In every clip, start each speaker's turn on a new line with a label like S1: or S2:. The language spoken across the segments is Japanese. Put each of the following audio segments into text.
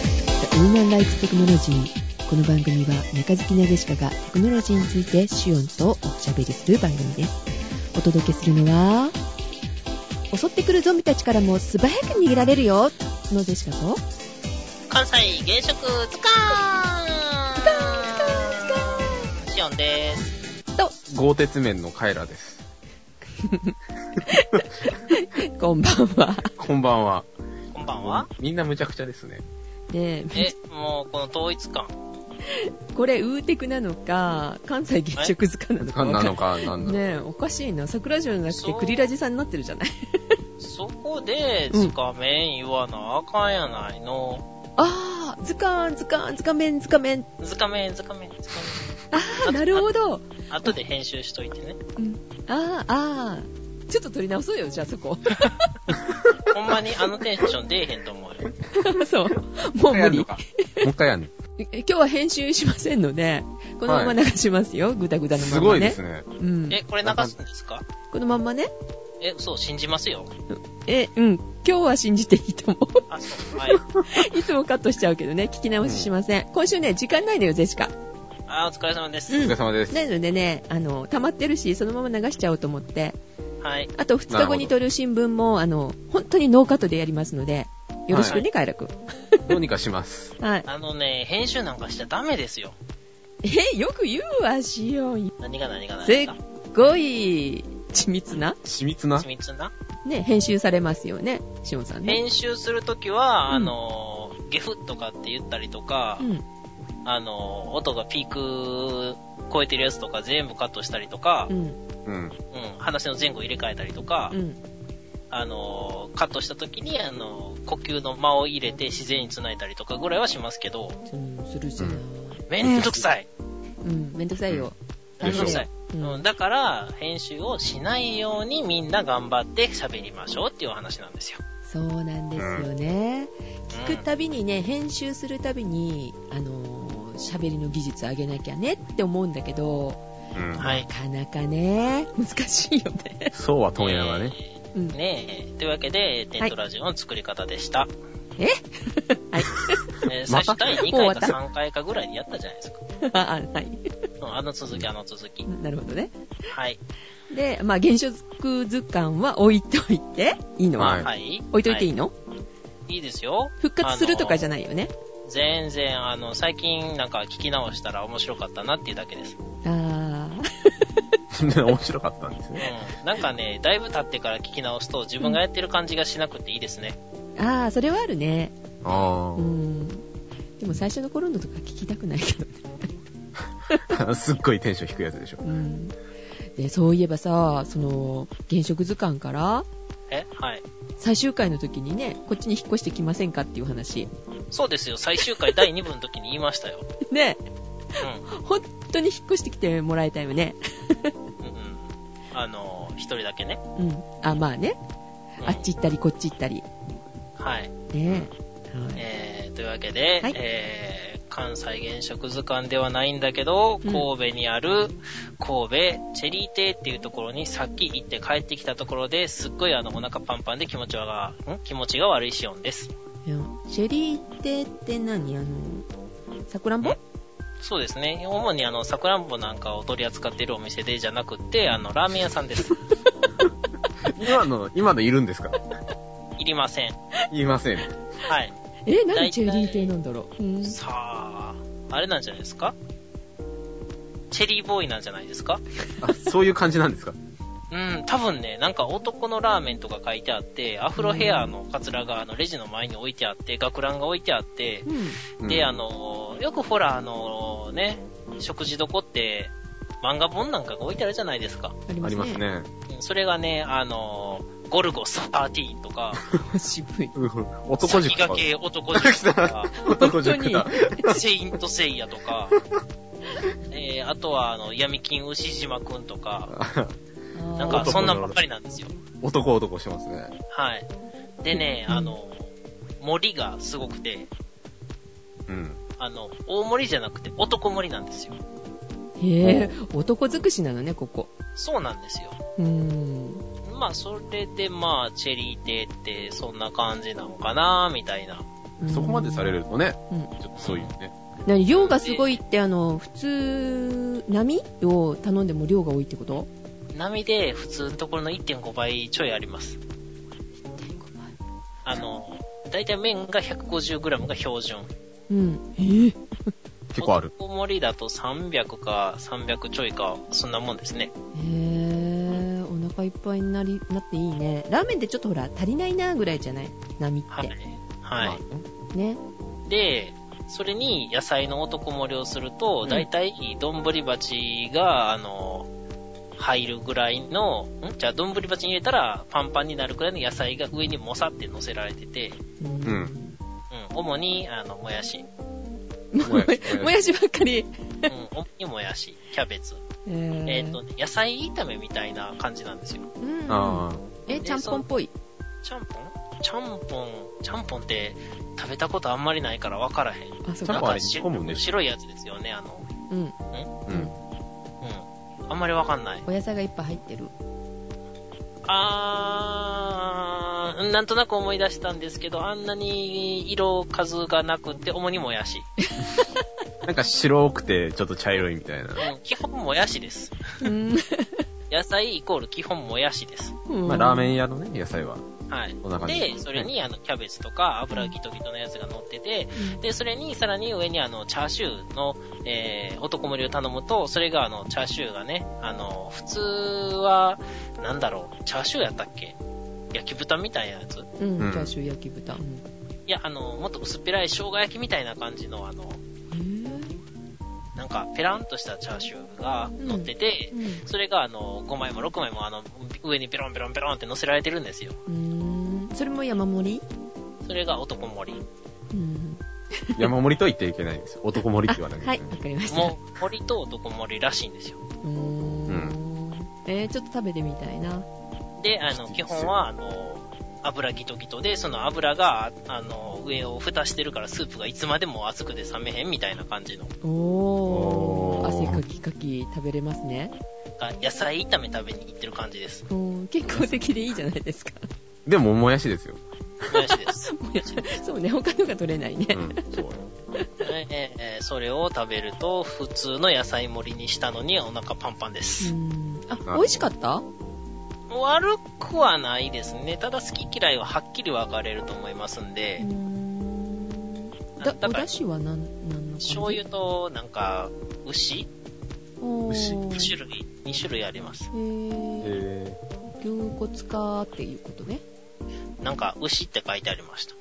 S1: ーマンライツテクノロジー。この番組はメカ好きなジェシカがテクノロジーについてシオンとおしゃべりする番組です。お届けするのは、襲ってくるゾンビたちからも素早く逃げられるよのジェシカと、
S2: 関西芸食図鑑図鑑シオンです。
S3: 豪鉄面のカエラです。
S1: こんばんは。
S3: こんばんは。
S2: こんばんは。
S3: みんな無茶苦茶ですね。
S1: ね
S2: え、もうこの統一感。
S1: え、これウーテクなのか、関西月食図鑑なのかわ
S3: 何
S1: か
S3: なんのか、何なのか。
S1: ねえ、おかしいな。桜城じゃなくて
S2: そう
S1: クリラジさんになってるじゃない。
S2: そこで、
S1: うん
S2: つかめん言わなあかんやないの。
S1: あー、図鑑、図鑑、図鑑面、図鑑面。
S2: ずかめん、ずかめん、ずか
S1: あー、なるほど。
S2: めん。後で編集しといてね。
S1: あー、あー。ちょっと撮り直そうよ、じゃあそ こ。
S2: ほんまにあのテンション出えへんと思うよ。
S1: そう。もう無
S3: も
S1: 理
S3: う。一回やんの。
S1: え今日は編集しませんので、このまま流しますよ、ぐだぐだのままね。
S3: すごいですね。
S1: うん。
S2: え、これ流すんですか
S1: このまんまね。
S2: え、そう、信じますよ。
S1: え、うん。今日は信じていいと思う。
S2: あ、そう、はい。
S1: いつもカットしちゃうけどね、聞き直ししません。今週ね、時間ないのよ、ゼシカ。
S2: あ、お疲れ様で
S3: お
S2: す。
S3: 疲れ様です。
S1: なのでね、あの、溜まってるし、そのまま流しちゃおうと思って。
S2: はい。
S1: あと2日後に撮る新聞も、あの、本当にノーカットでやりますので、よろしくね、快楽。
S3: どうにかします。
S1: はい。
S2: あのね、編集なんかしちゃダメですよ。
S1: え、よく言うわ、しよう。す
S2: 何が何が何
S1: っ
S2: が。
S1: ごい、緻密な、
S3: 緻密な
S2: 緻。密な。
S1: ね、編集されますよね、しおんさんね。
S2: 編集するときは、
S1: うん
S2: あの、ゲフとかって言ったりとか
S1: う、ん。
S2: あの、音がピーク超えてるやつとか全部カットしたりとか
S1: う、ん。
S3: うん。
S2: うん、話の前後入れ替えたりとか
S1: う、ん。
S2: あの、カットしたときに、あの、呼吸の間を入れて自然に繋いだりとかぐらいはしますけど、
S1: うん、するしな。
S2: めんどくさい。
S1: うん、めんどくさいよ。
S2: めんどくさい。
S1: うん
S2: うん、だから、編集をしないようにみんな頑張って喋りましょうっていうお話なんですよ。
S1: そうなんですよね。
S2: うん
S1: 聞くたびにね、編集するたびに、あのー、喋りの技術上げなきゃねって思うんだけど、
S3: うん。
S2: はい
S1: なかなかね、難しいよね。
S3: そうは問屋はね。
S1: うん。
S2: ねえ。というわけで、テントラジオの作り方でした。
S1: え はい。
S2: えー最
S3: ま
S2: 初第2
S1: もう
S2: 回
S1: 終
S2: か
S1: わった
S2: 3回かぐらいでやったじゃないですか。
S1: あ、はい。
S2: うんあの続き、あの続き。
S1: なるほどね。
S2: はい。
S1: で、まあ、原色図鑑は置いといて、いいの
S3: はい
S2: はい。
S1: 置いといていい
S2: は
S1: の、
S2: いいいですよ。
S1: 復活するとかじゃ
S2: ない。
S1: ないよね。
S2: 全然、あの、最近なんか聞き直したら面白かったなっていうだけです。
S1: あー。
S3: 面白かったんですね。
S2: うん。なんかね、だいぶ経ってから聞き直すと自分がやってる感じがしなくていいですね。
S1: あー、それはあるね。
S3: あ
S1: うん。でも最初の頃のとか聞きたくないけどね。
S3: あ。 すっごいテンション低いやつでしょ
S1: う。ん。で、そういえばさ、その、原色図鑑から、
S2: えはい。
S1: 最終回の時にね、こっちに引っ越してきませんかっていう話。
S2: そうですよ。最終回第2部の時に言いましたよ。
S1: ね、
S2: う
S1: 本当に引っ越してきてもらいたいよね。
S2: ん。うん、うん。あの、一人だけね。
S1: うん。あ、まあね。
S2: うん
S1: あっち行ったり、こっち行ったり。
S2: はい。
S1: ねはい。
S2: えー、というわけで、
S1: はい
S2: えー、関西原色図鑑ではないんだけど、
S1: うん
S2: 神戸にある神戸チェリー亭っていうところにさっき行って帰ってきたところですっごいあのお腹パンパンで気持ちが、ん気持ちが悪いシオンです。
S1: いやシェリー亭って何あの、さくらんぼ
S2: そうですね。主にあの、さくらんぼなんかを取り扱ってるお店でじゃなくって、あの、ラーメン屋さ んです。
S3: 今の、 今のいるんですか
S2: いりません。
S3: 言いません。
S2: はい。
S1: え、
S2: 大
S1: 何
S2: 体
S1: チェリー亭なんだろう。うん。
S2: さあ、あれなんじゃないですかチェリーボーイなんじゃないですか
S3: あ、そういう感じなんですか
S2: うん、多分ね、なんか男のラーメンとか書いてあって、アフロヘアのカツラがあのレジの前に置いてあって、学ランが置いてあって、
S1: うん。
S3: うん
S2: で、あのー、よくほら、あのー、ね、食事どこって、漫画本なんかが置いてあるじゃないですか。
S1: あり
S3: あ
S1: ますね。
S3: りますね。
S2: うんそれがね、あのー、ゴルゴ13とか、
S1: 渋い。
S3: うん男
S2: 先
S3: 塾
S2: 駆
S3: とか。
S2: け男塾とか、
S3: 男塾だ。
S2: セイントセイヤとか、えー、あとは、あの、闇金牛島くんとか、
S1: な
S2: なんか、そんなんばっかりなんですよ。
S3: 男男してますね。
S2: はい。でね、あの、森がすごくて、
S3: うん。
S2: あの、大森じゃなくて男森なんですよ。
S1: へえ、男尽くしなのね、ここ。
S2: そうなんですよ。
S1: うーん。
S2: まあ、それでまあ、チェリー亭ってそんな感じなのかなみたいな。
S1: うん
S3: そこまでされるとね、
S1: うん
S3: ちょっとそういうね。
S1: 何量がすごいって、あの、普通、波を頼んでも量が多いってこと
S2: 波で普通のところの1.5倍ちょいあります。あの、だいたい麺が 150g が標準。
S1: うん。えー
S3: 結構ある。
S2: お盛りだと300か300ちょいか、そんなもんですね。
S1: へーお腹いっぱいになりなっていいねラーメンってちょっとほら足りないなぐらいじゃない波って、
S2: はい。はい。
S1: ね
S2: で、それに野菜の男盛りをすると、だいたい丼鉢が、あの、入るぐらいの、んじゃあ丼鉢に入れたらパンパンになるぐらいの野菜が上にもさって乗せられてて、
S1: う
S3: うん
S2: うん、主に、あの、もや し。
S3: もやし
S1: もやしばっかり
S2: うん、主にもやし、キャベツ。
S1: え
S2: えっとね、野菜炒めみたいな感じなんですよ。
S1: うん、
S3: あ
S1: えちゃんぽんっぽい
S2: ちゃんぽんちゃんぽん、ちゃんぽんって食べたことあんまりないから分からへん。
S1: あそう
S3: ちゃん
S1: か
S3: ぽんあ
S2: なんか
S3: れ
S2: し
S3: 煮込むんです
S2: 白いやつですよね、あの、
S1: うん
S3: あ。うん。
S2: うん。あんまり分かんない。
S1: お野菜がいっぱい入ってる
S2: あー、なんとなく思い出したんですけど、あんなに色数がなくて、主にもやし。
S3: なんか白くて、ちょっと茶色いみたい
S2: う
S3: な。
S2: ん基本もやしです。
S1: うん
S2: 野菜イコール基本もやしです。
S3: まあ、ラーメ
S1: ン
S3: ン屋のね、野菜は。
S2: はい
S3: こんな。感じ
S2: で、それに、あの、キャベツとか油ギトギトのやつが乗ってて、で、それに、さらに上にあの、チャーシューの、えー、男盛りを頼むと、それがあの、チャーシューがね、あの、普通は、なんだろう、チャーシューやったっけ焼き豚みたいなやつい
S1: うん、
S3: うん
S1: チャーシュー焼き豚、うん
S2: や、あの、もっと薄っぺらい生姜焼きみたいな感じの、あの、なんか、ペランとしたチャーシューが乗ってて、それがあの、5枚も6枚もあの、上にペロンペロンペロンって乗せられてるんですよ。
S1: うんうんそれも山盛り、
S2: それが男盛り。
S1: うん、
S3: 山盛りとは言ってはいけないんですよ。男盛りって言わないんで
S1: はいわ
S3: すよね。
S1: かりました
S2: もう、盛りと男盛りらしいんですよ。
S1: うーんえー、ちょっと食べてみたいな
S2: で、あの、基本は、あの、油ギトギトで、その油が、あの、上を蓋してるからスープがいつまでも熱くて冷めへんみたいな感じの。
S1: お
S3: お
S1: ー
S3: ー
S1: 汗かきかき食べれますね
S2: が野菜炒め食べに行ってる感じです。
S1: うん健康的でいいじゃないですか
S3: でも、もやしですよ。
S2: もや しです。
S1: そうね他のが取れないね、
S3: うん。そうよ。
S2: えええそれを食べると、普通の野菜盛りにしたのにお腹パンパンで
S1: う
S2: す。
S1: んあ
S3: ほど
S1: 美味しかった
S2: 悪くはないですね。ただ好き嫌いははっきり分かれると思いますんで、
S1: だ
S2: だ
S1: お
S2: から
S1: だしは何何の感じ
S2: 醤油と、なんか、牛
S1: おー
S2: 2種類 ?2 種類あります。
S1: へー
S3: え
S1: 牛骨かーっていうことね、
S2: なんか、牛って書いてありました。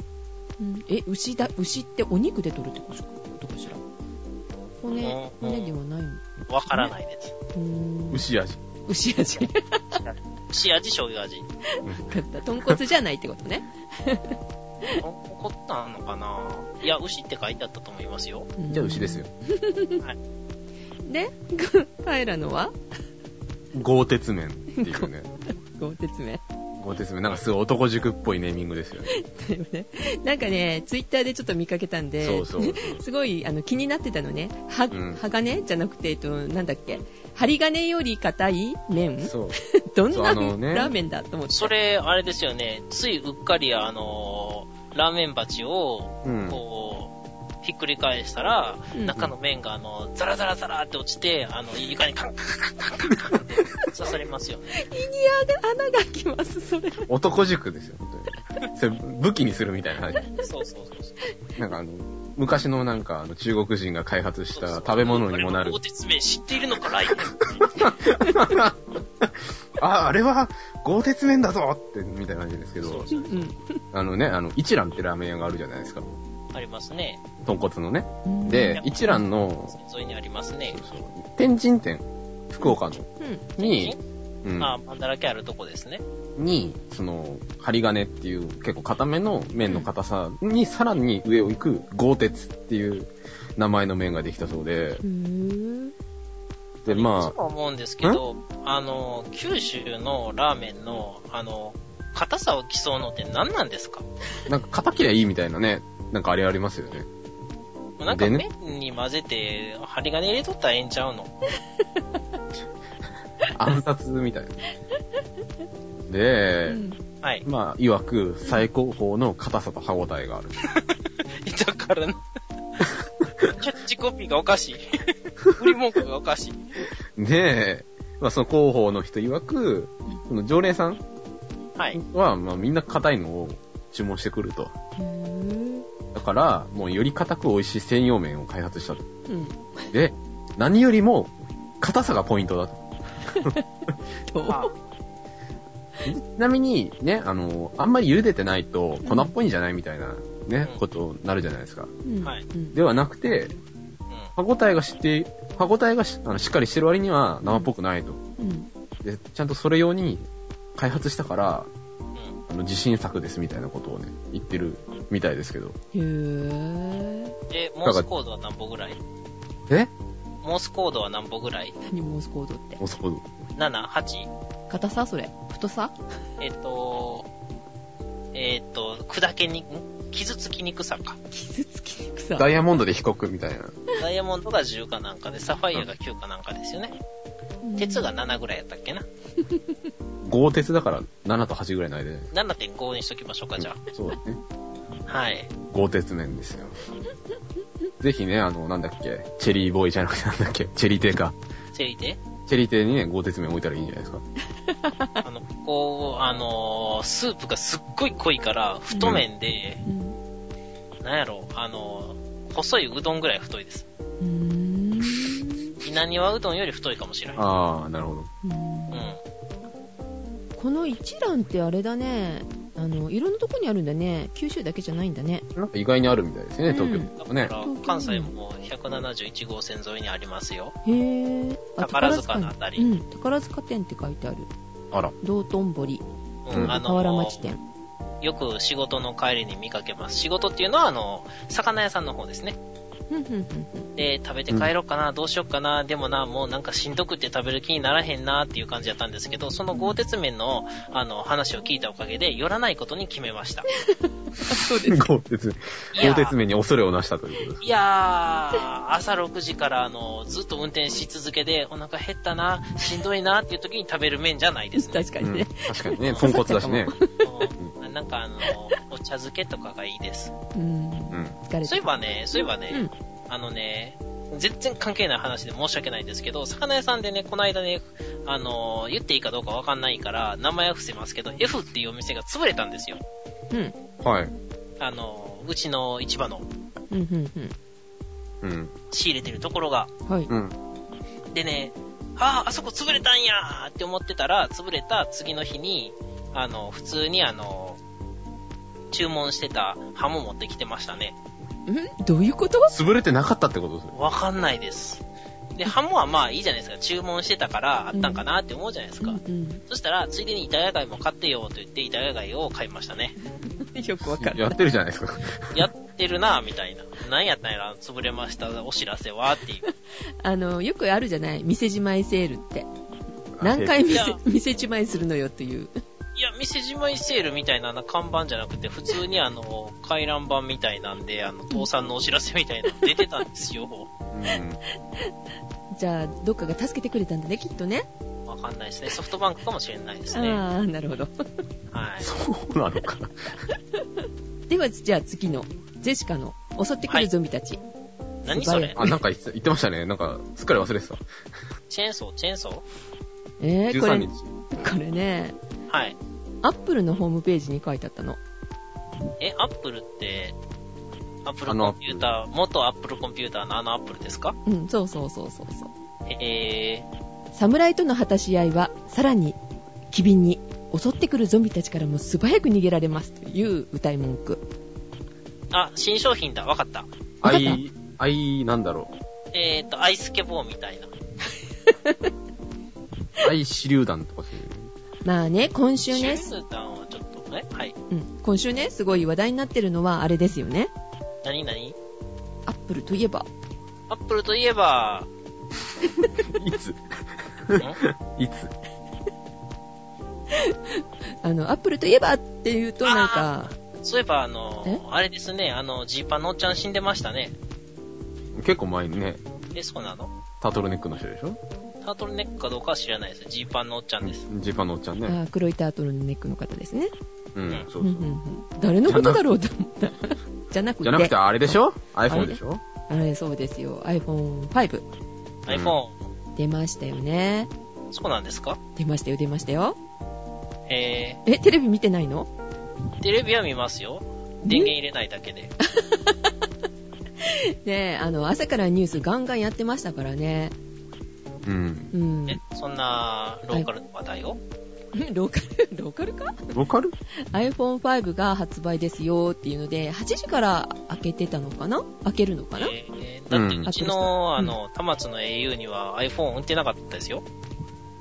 S1: うん、え牛だ牛ってお肉で取るってことかしら骨
S2: うん
S1: 骨ではないの
S2: わからないです。
S1: うーん
S3: ー、牛味。
S1: 牛味分
S2: 牛味、醤油味。
S1: かった豚骨じゃないってことね
S2: 怒ったのかないや、牛って書いてあったと思いますよ。
S3: じゃあ、牛ですよ。
S1: で、 平のは
S3: 豪鉄麺ってい うね。
S1: ご説明。
S3: 豪鉄麺。なんかすごい男塾っぽいネーミングですよね。
S1: だよねなんかね、ツイッターでちょっと見かけたんで、
S3: そうそうそう。
S1: すごいあの気になってたのね。は、
S3: うん
S1: 鋼じゃなくて、えっと、なんだっけ針金より硬い麺
S3: そう。
S1: どん
S3: そう
S1: な、
S3: あのね
S1: ラーメンだと思って。
S2: それ、あれですよね、ついうっかり、あの、ラーメン鉢を、
S3: うん。
S2: こう、ひっくり返したら、
S1: うん
S2: 中の麺が、あの、ザラザラザラって落ちて、あの、床にカンカンカンカンカンカンカンって刺されますよね。
S1: 胃に穴が開きます、それ。
S3: 男塾ですよ、本当に。それ、武器にするみたいな感
S2: そうそうそうそう。
S3: じ。なんかあの、昔のなんか、あの、中国人が開発した食べ物にもなる
S2: お。鉄麺知っているのか、ライブ。
S3: あ、あれは、豪鉄麺だぞって、みたいな感じですけど、
S2: そう
S3: あのね、あの、一蘭ってラーメン屋があるじゃないですか。
S2: ありますね。
S3: 豚骨のね。
S1: うん。
S3: で、一蘭の、
S2: 沿いにありますね
S3: そう。そう天神店、福岡の、
S1: うん、
S3: に、う
S2: まあ、
S3: ん、
S2: パンだらけあるとこですね。
S3: に、その、針金っていう結構硬めの麺の硬さに、さらに上を行く豪鉄っていう名前の麺ができたそうで
S1: う、ーん。
S3: で、ま
S2: そう思うんですけど、あの、九州のラーメンの、あの、硬さを競うのって何なんですか
S3: あ、なんか硬きりゃいいみたいなね、なんかあれありますよね。
S2: なんか
S3: で
S2: 麺
S3: ね
S2: に混ぜて、針金入れとったらええんちゃうの
S3: 暗殺みたいな。で、
S1: うん
S2: はい。
S3: まあ、曰く最高峰の硬さと歯応えがある。
S2: だからな、キャッチコピーがおかしい。売り文句がおかしい。
S3: で、まあ、その広報の人曰く、その常連さん
S2: はい。
S3: は、まあ、みんな硬いのを注文してくると。
S1: うん。
S3: だから、もうより硬く美味しい専用麺を開発したと。
S1: うん。
S3: で、何よりも、硬さがポイントだと。
S2: あ
S3: ちなみに、ね、あの、あんまり茹でてないと粉っぽいんじゃないみたいな、ね
S2: うん、
S3: ことになるじゃないですか。
S1: うん
S2: はい
S1: うん
S3: ではなくて、歯応えがして、歯応えがしあのしっかりしてる割には生っぽくないと。
S1: うん。
S3: で、ちゃんとそれ用に開発したから、
S2: うん。うん。
S3: あの、自信作ですみたいなことをね、言ってるみたいですけど。
S1: へぇ
S2: で、モースコードは何歩ぐらい
S3: え
S2: モースコードは何歩ぐらい
S1: 何モースコードって
S3: も。うそこ、
S2: ?7、8?
S1: 硬さそれ。太さ
S2: えっ、と、えっ、と、砕けに、ん傷つきにくさか。
S1: 傷つきにくさ。
S3: ダイヤモンドで被告みたいな。
S2: ダイヤモンドが10かなんかで、サファイアが9かなんかですよね。
S1: うん
S2: 鉄が。7ぐらいやったっけな。
S3: 豪鉄だから7と8ぐらいの間で。
S2: 7.5にしときましょうか、じゃ
S3: うんそうだね。
S2: あ。はい。
S3: 豪鉄麺ですよ。ぜひね、あの、なんだっけ、チェリーボーイじゃなくてなんだっけ、チェリー亭か。
S2: セリで、
S3: チェリー亭にね、豪鉄麺置いたらいいんじゃないですか。
S2: あの、こう、あのースープがすっごい濃いから、太麺で、
S1: うん。
S2: なんやろ、あのー細いうどんぐらい太いです。
S1: うーん。
S2: 稲庭うどんより太いかもしれない。
S3: あー、なるほど。
S1: うん
S2: うん。
S1: この一覧ってあれだね。あの、いろんなとこにあるんだね。九州だけじゃないんだね。
S3: なんか意外にあるみたいですね、東京
S1: うん
S3: と
S2: だ
S3: か
S2: か
S3: ね。
S2: ら、関西も171号線沿いにありますよ。
S1: へぇ
S2: 宝塚のあたり
S1: うん。宝塚店って書いてある。
S3: あら。
S1: 道頓堀。
S2: うん、
S3: うん
S2: あ
S1: 河原
S2: の
S1: 町店。
S2: よく仕事の帰りに見かけます。仕事っていうのは、あの、魚屋さんの方ですね。
S1: うん、うん、
S2: で、食べて帰ろうかな、どうしようかな、でもな、もうなんかしんどくって食べる気にならへんなっていう感じだったんですけど、その豪鉄麺の、あの、話を聞いたおかげで、寄らないことに決めました。
S1: そう です。
S3: 豪鉄、
S2: いや
S3: 豪鉄麺に恐れをなしたということで
S2: いやー、朝6時から、あの、ずっと運転し続けで、お腹減ったな、しんどいなっていう時に食べる麺じゃないですね。
S1: 確か
S3: す。
S1: にね。
S3: うん確かにね、豚骨だしね。
S2: うんなんかあの、お茶漬けとかがいいです。
S1: うん。
S3: うん。
S1: 疲れ
S2: そういえ
S1: た。
S2: ばね、そういえばね、
S1: うん
S2: あのね、全然関係ない話で申し訳ないんですけど、魚屋さんでね、この間ね、あのー、言っていいかどうかわかんないから、名前は伏せますけど、F っていうお店が潰れたんですよ。
S1: うん。
S3: はい。
S2: あのー、うちの市場の
S1: うん、うん、うん。
S3: うん。
S2: 仕入れてるところが。
S1: はい。
S3: うん。
S2: でね、ああ、あそこ潰れたんやーって思ってたら、潰れた次の日に、あの、普通にあの、注文してたハモ持ってきてましたね。
S1: んどういうこと
S3: 潰れてなかったってことですよ。
S2: わかんないです。で、ハモはまあいいじゃないですか。注文してたからあったんかなって思うじゃないですか。
S1: うん
S2: そしたら、ついでにイタリア貝も買ってよと言って、イタリア貝を買いましたね。
S1: うん。 よくわかる。
S3: やってるじゃないですか。
S2: やってるなぁ、みたいな。何やったんやら、潰れました、お知らせは、っていう。
S1: あの、よくあるじゃない店じまいセールって。何回
S2: い
S1: 店
S2: や
S1: 店じまいするのよっていう。
S2: いや、店じまいセールみたいな看板じゃなくて、普通にあの、回覧板みたいなんで、あの、倒産のお知らせみたいなの出てたんですよ。
S1: じゃあ、どっかが助けてくれたんだね、きっとね。
S2: わかんないですね。ソフトバンクかもしれないですね。は
S1: ああ、なるほど。
S2: い。
S3: そうなのか。
S1: では、じゃあ次の、ジェシカの、襲ってくるゾンビたち。
S2: 何それ
S3: あ、なんか言って言ってましたね。なんか、すっかり忘れてた。
S2: チェーンソーチェーンソ
S1: えー、こ
S3: 13
S1: れ、
S3: 日
S1: こ。れね、
S2: ーはい。
S1: アップルのホームページに書いてあったの。
S2: え、アップルって、アップル
S3: あ
S2: コ
S3: の
S2: ンピューター、元アップルコンピューターのあのアップルですか
S1: うん、そうそうそうそうそう。
S2: え
S1: 侍との果たし合いは、さらに、機敏に、襲ってくるゾンビたちからも素早く逃げられますという歌い文句。
S2: ー、あ、新商品だ、わかった。
S1: わ
S3: ア
S1: かった
S3: イ、アイ、なんだろ
S2: えーと、アイスケボーみたいな。
S3: う。アイ手榴弾とかそういう。
S1: まあね、今
S2: シ
S1: 週
S2: ュ
S1: ね
S2: レ、スダンはちょっと、えはい。
S1: うん、今週ね、すごい話題になってるのは、あれですよね。
S2: 何何
S1: アップルといえば、
S2: アップルといえば、
S3: いつ
S2: ん
S3: いつ
S1: あの、アップルといえばっていうと、なんか、
S2: そういえば、あの、あれですね、あの、ジーパンのおっちゃん死んでましたね。
S3: 結構前にね、
S2: え、そうなの
S3: タートルネックの人でしょ
S2: タートルネックかどうかは知らないです。ジーパンのおっちゃんです。
S3: ジーパンのおっちゃん
S1: あ
S3: ね。
S1: ー黒いタートルのネックの方ですね。
S3: うん、そううん
S1: う
S3: そ
S1: ん
S3: う。
S1: うん誰のことだろうと思った。 じゃなくて、
S3: じゃなくて、あれでしょ
S1: れ
S3: ?iPhone でしょ
S1: あれそうですよ、iPhone5
S2: iPhone、
S1: 出ましたよね。
S2: そうなんですか
S1: 出ましたよ、出ましたよ。
S2: え
S1: え、テレビ見てないの
S2: ー、テレビは見ますよ。電源入れないだけで。
S1: ねえ、あの、朝からニュースガンガンやってましたからね。
S3: うん。
S1: うん。
S2: え、そんな、ローカルの話題を、
S1: ローカル、ローカルか
S3: ローカル
S1: ?iPhone5 が発売ですよっていうので、8時から開けてたのかな開けるのかな、
S2: えーだって、
S3: うん
S2: うちの、あの、田松の au には iPhone 売ってなかったですよ。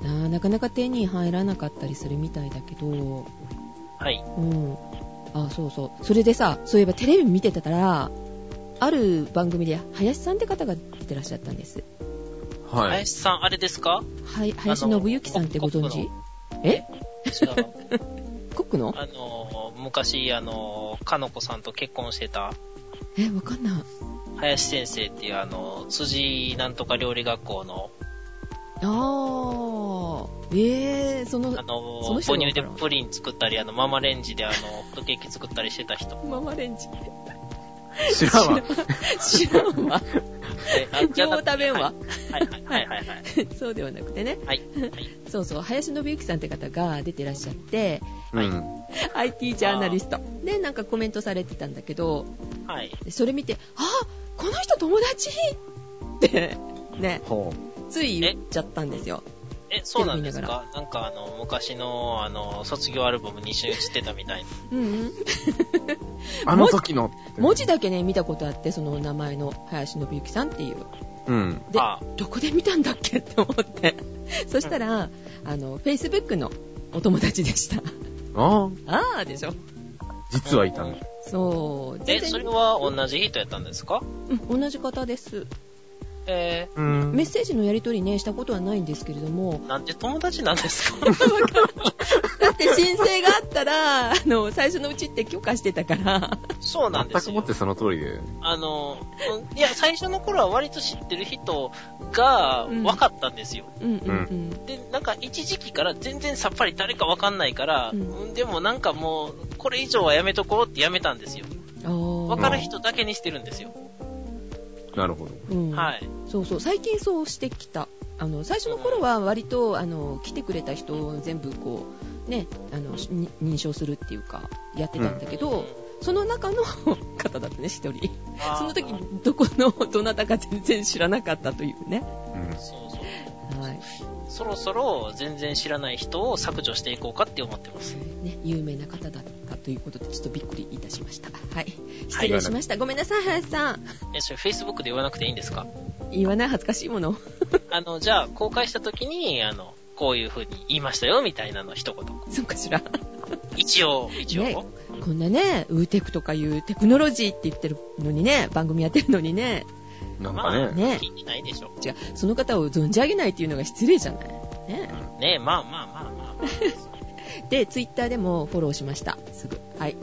S1: あーなかなか手に入らなかったりするみたいだけど、
S2: はい。
S1: うん。あ、そうそう。それでさ、そういえばテレビ見てたら、ある番組で林さんって方が出てらっしゃったんです。
S3: はい。
S2: 林さん、あれです か
S1: はい、林信之さんってご存知え
S2: 違う。
S1: コックの
S2: あの、昔、あの、かのこさんと結婚してた、
S1: え、わかんない。
S2: 林先生っていう、あの、辻なんとか料理学校の、
S1: あー。えー、その
S2: あ、の、
S1: その
S2: 母
S1: 人が
S2: 乳でプリン作ったり、あの、ママレンジで、あの、ホットケーキ作ったりして た人。
S1: ママレンジ。
S3: 知らんわ。
S1: 知らん わ。
S2: であじゃ
S1: 両
S2: な
S1: 方
S2: くて
S1: 食べんわ。
S2: はいはいはいはいはい。
S1: そうではなくてね。
S2: はい。
S1: そうそう、林信之さんって方が出てらっしゃって、
S3: うん。
S1: IT ジャーナリスト。で、なんかコメントされてたんだけど、
S2: はい。
S1: でそれ見て、あこの人友達って、ね、
S3: ほ
S1: つい言っちゃったんですよ。
S2: え、そうなんです
S1: テレビ
S2: かなんかあの、昔の、あの、卒業アルバムに一緒に写ってたみたいな。
S1: うんうん。
S3: う。あの時の。
S1: 文字だけね、見たことあって、その名前の林信之さんっていう。
S3: うん。
S1: で
S2: あ
S1: どこで見たんだっけって思って。そしたら、あの、Facebook のお友達でした。
S3: ああ、
S1: あーでしょ。
S3: 実はいたんだ。
S1: そう。
S2: え、
S1: 全
S2: それ
S1: 然、
S2: は同じ人やったんですか
S1: うん同じ方です。
S2: え
S3: うん
S1: メッセージのやり取りね、したことはないんですけれど も、
S2: ー、なんて友達なんですか
S1: だって申請があったら、あの、最初のうちって許可してたから、
S2: そうなんで
S3: 全
S2: す
S3: くも
S2: よ
S3: っ。てその通りで。
S2: あの、うんいや、最初の頃は割と知ってる人が
S1: うん
S2: 分かったんですよ。
S1: うんうんうん。
S2: で、なんか一時期から全然さっぱり誰か分かんないから、
S1: うん
S2: うんでもなんかもう、これ以上はやめとこうってやめたんですよ。
S1: あー
S2: 分かる人だけにしてるんですよ。
S3: なるほど。
S1: うん、
S2: はい。
S1: そうそう最近そうしてきたあの最初の頃は割とあの来てくれた人を全部こうねあのしに認証するっていうかやってたんだけど、その中の 方だったね一人
S2: うん、あー
S1: その時どこのどなたか全然知らなかったというね
S3: う
S2: そ
S3: ん。
S2: うそう。
S1: はい
S2: そろそろ全然知らない人を削除していこうかって思ってます。
S1: ね有名な方だったということでちょっとびっくりいたしましたはい失礼しました、ごめんなさい林さん
S2: え、それ Facebook で言わなくていい んですか
S1: 言わない恥ずかしいもの
S2: あの、じゃあ公開した時に、あの、こういう風に言いましたよみたいなの一言。
S1: そうかしら
S2: 一応、一応。
S1: ねこんなね、ウーテクとかいうテクノロジーって言ってるのにね、番組やってるのにね、
S3: なん
S2: ま
S3: か
S2: あ、
S3: ね。
S1: ね
S2: 聞いてないでしょ。
S1: 違う、その方を存じ上げないっていうのが失礼じゃない。ね。
S2: ねえ、まあまあまあまあま
S1: で、ツイッターでもフォローしました。すぐ。はい。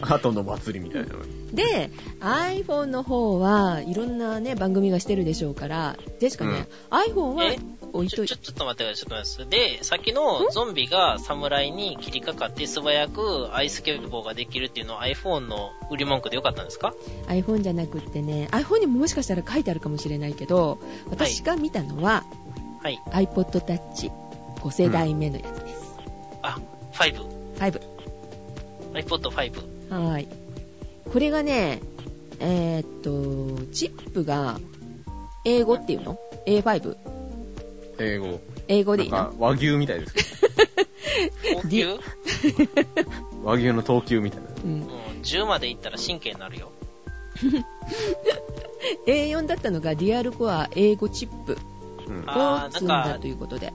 S3: 鳩の祭りみたいなの。
S1: で、iPhone の方はいろんなね、番組がしてるでしょうから、ジェシカね、iPhone は
S2: え
S1: 置
S2: あ。
S1: い
S2: ち
S1: と
S2: ょ、
S1: い
S2: ち
S1: て
S2: ょ、、ちょっと待ってください、ちょっと待ってください。で、さっきのゾンビが侍に切りかかって素早くアイスケボーができるっていうのは iPhone の売り文句でよかったんですか
S1: iPhone じゃなくってね、iPhone にももしかしたら書いてあるかもしれないけど、私が見たのは、
S2: はい。
S1: iPod Touch5 世代目のやつです。
S2: あ、5。
S1: 5。
S2: iPod 5。
S1: はい。これがね、えーっと、チップが、英語っていうの ?A5?
S3: 英語。
S1: 英語で
S3: ない
S1: い
S3: ん
S1: の
S3: か和牛みたいですけ
S2: 高級
S3: ど。和牛の等級みたいな。
S1: うん。
S2: うん、10までいったら神経になるよ。
S1: A4 だったのがリアルコア英語チップ
S3: うん。
S2: あ
S1: を
S2: ー
S1: 積ん
S2: なん
S1: だ
S2: か
S1: ということで。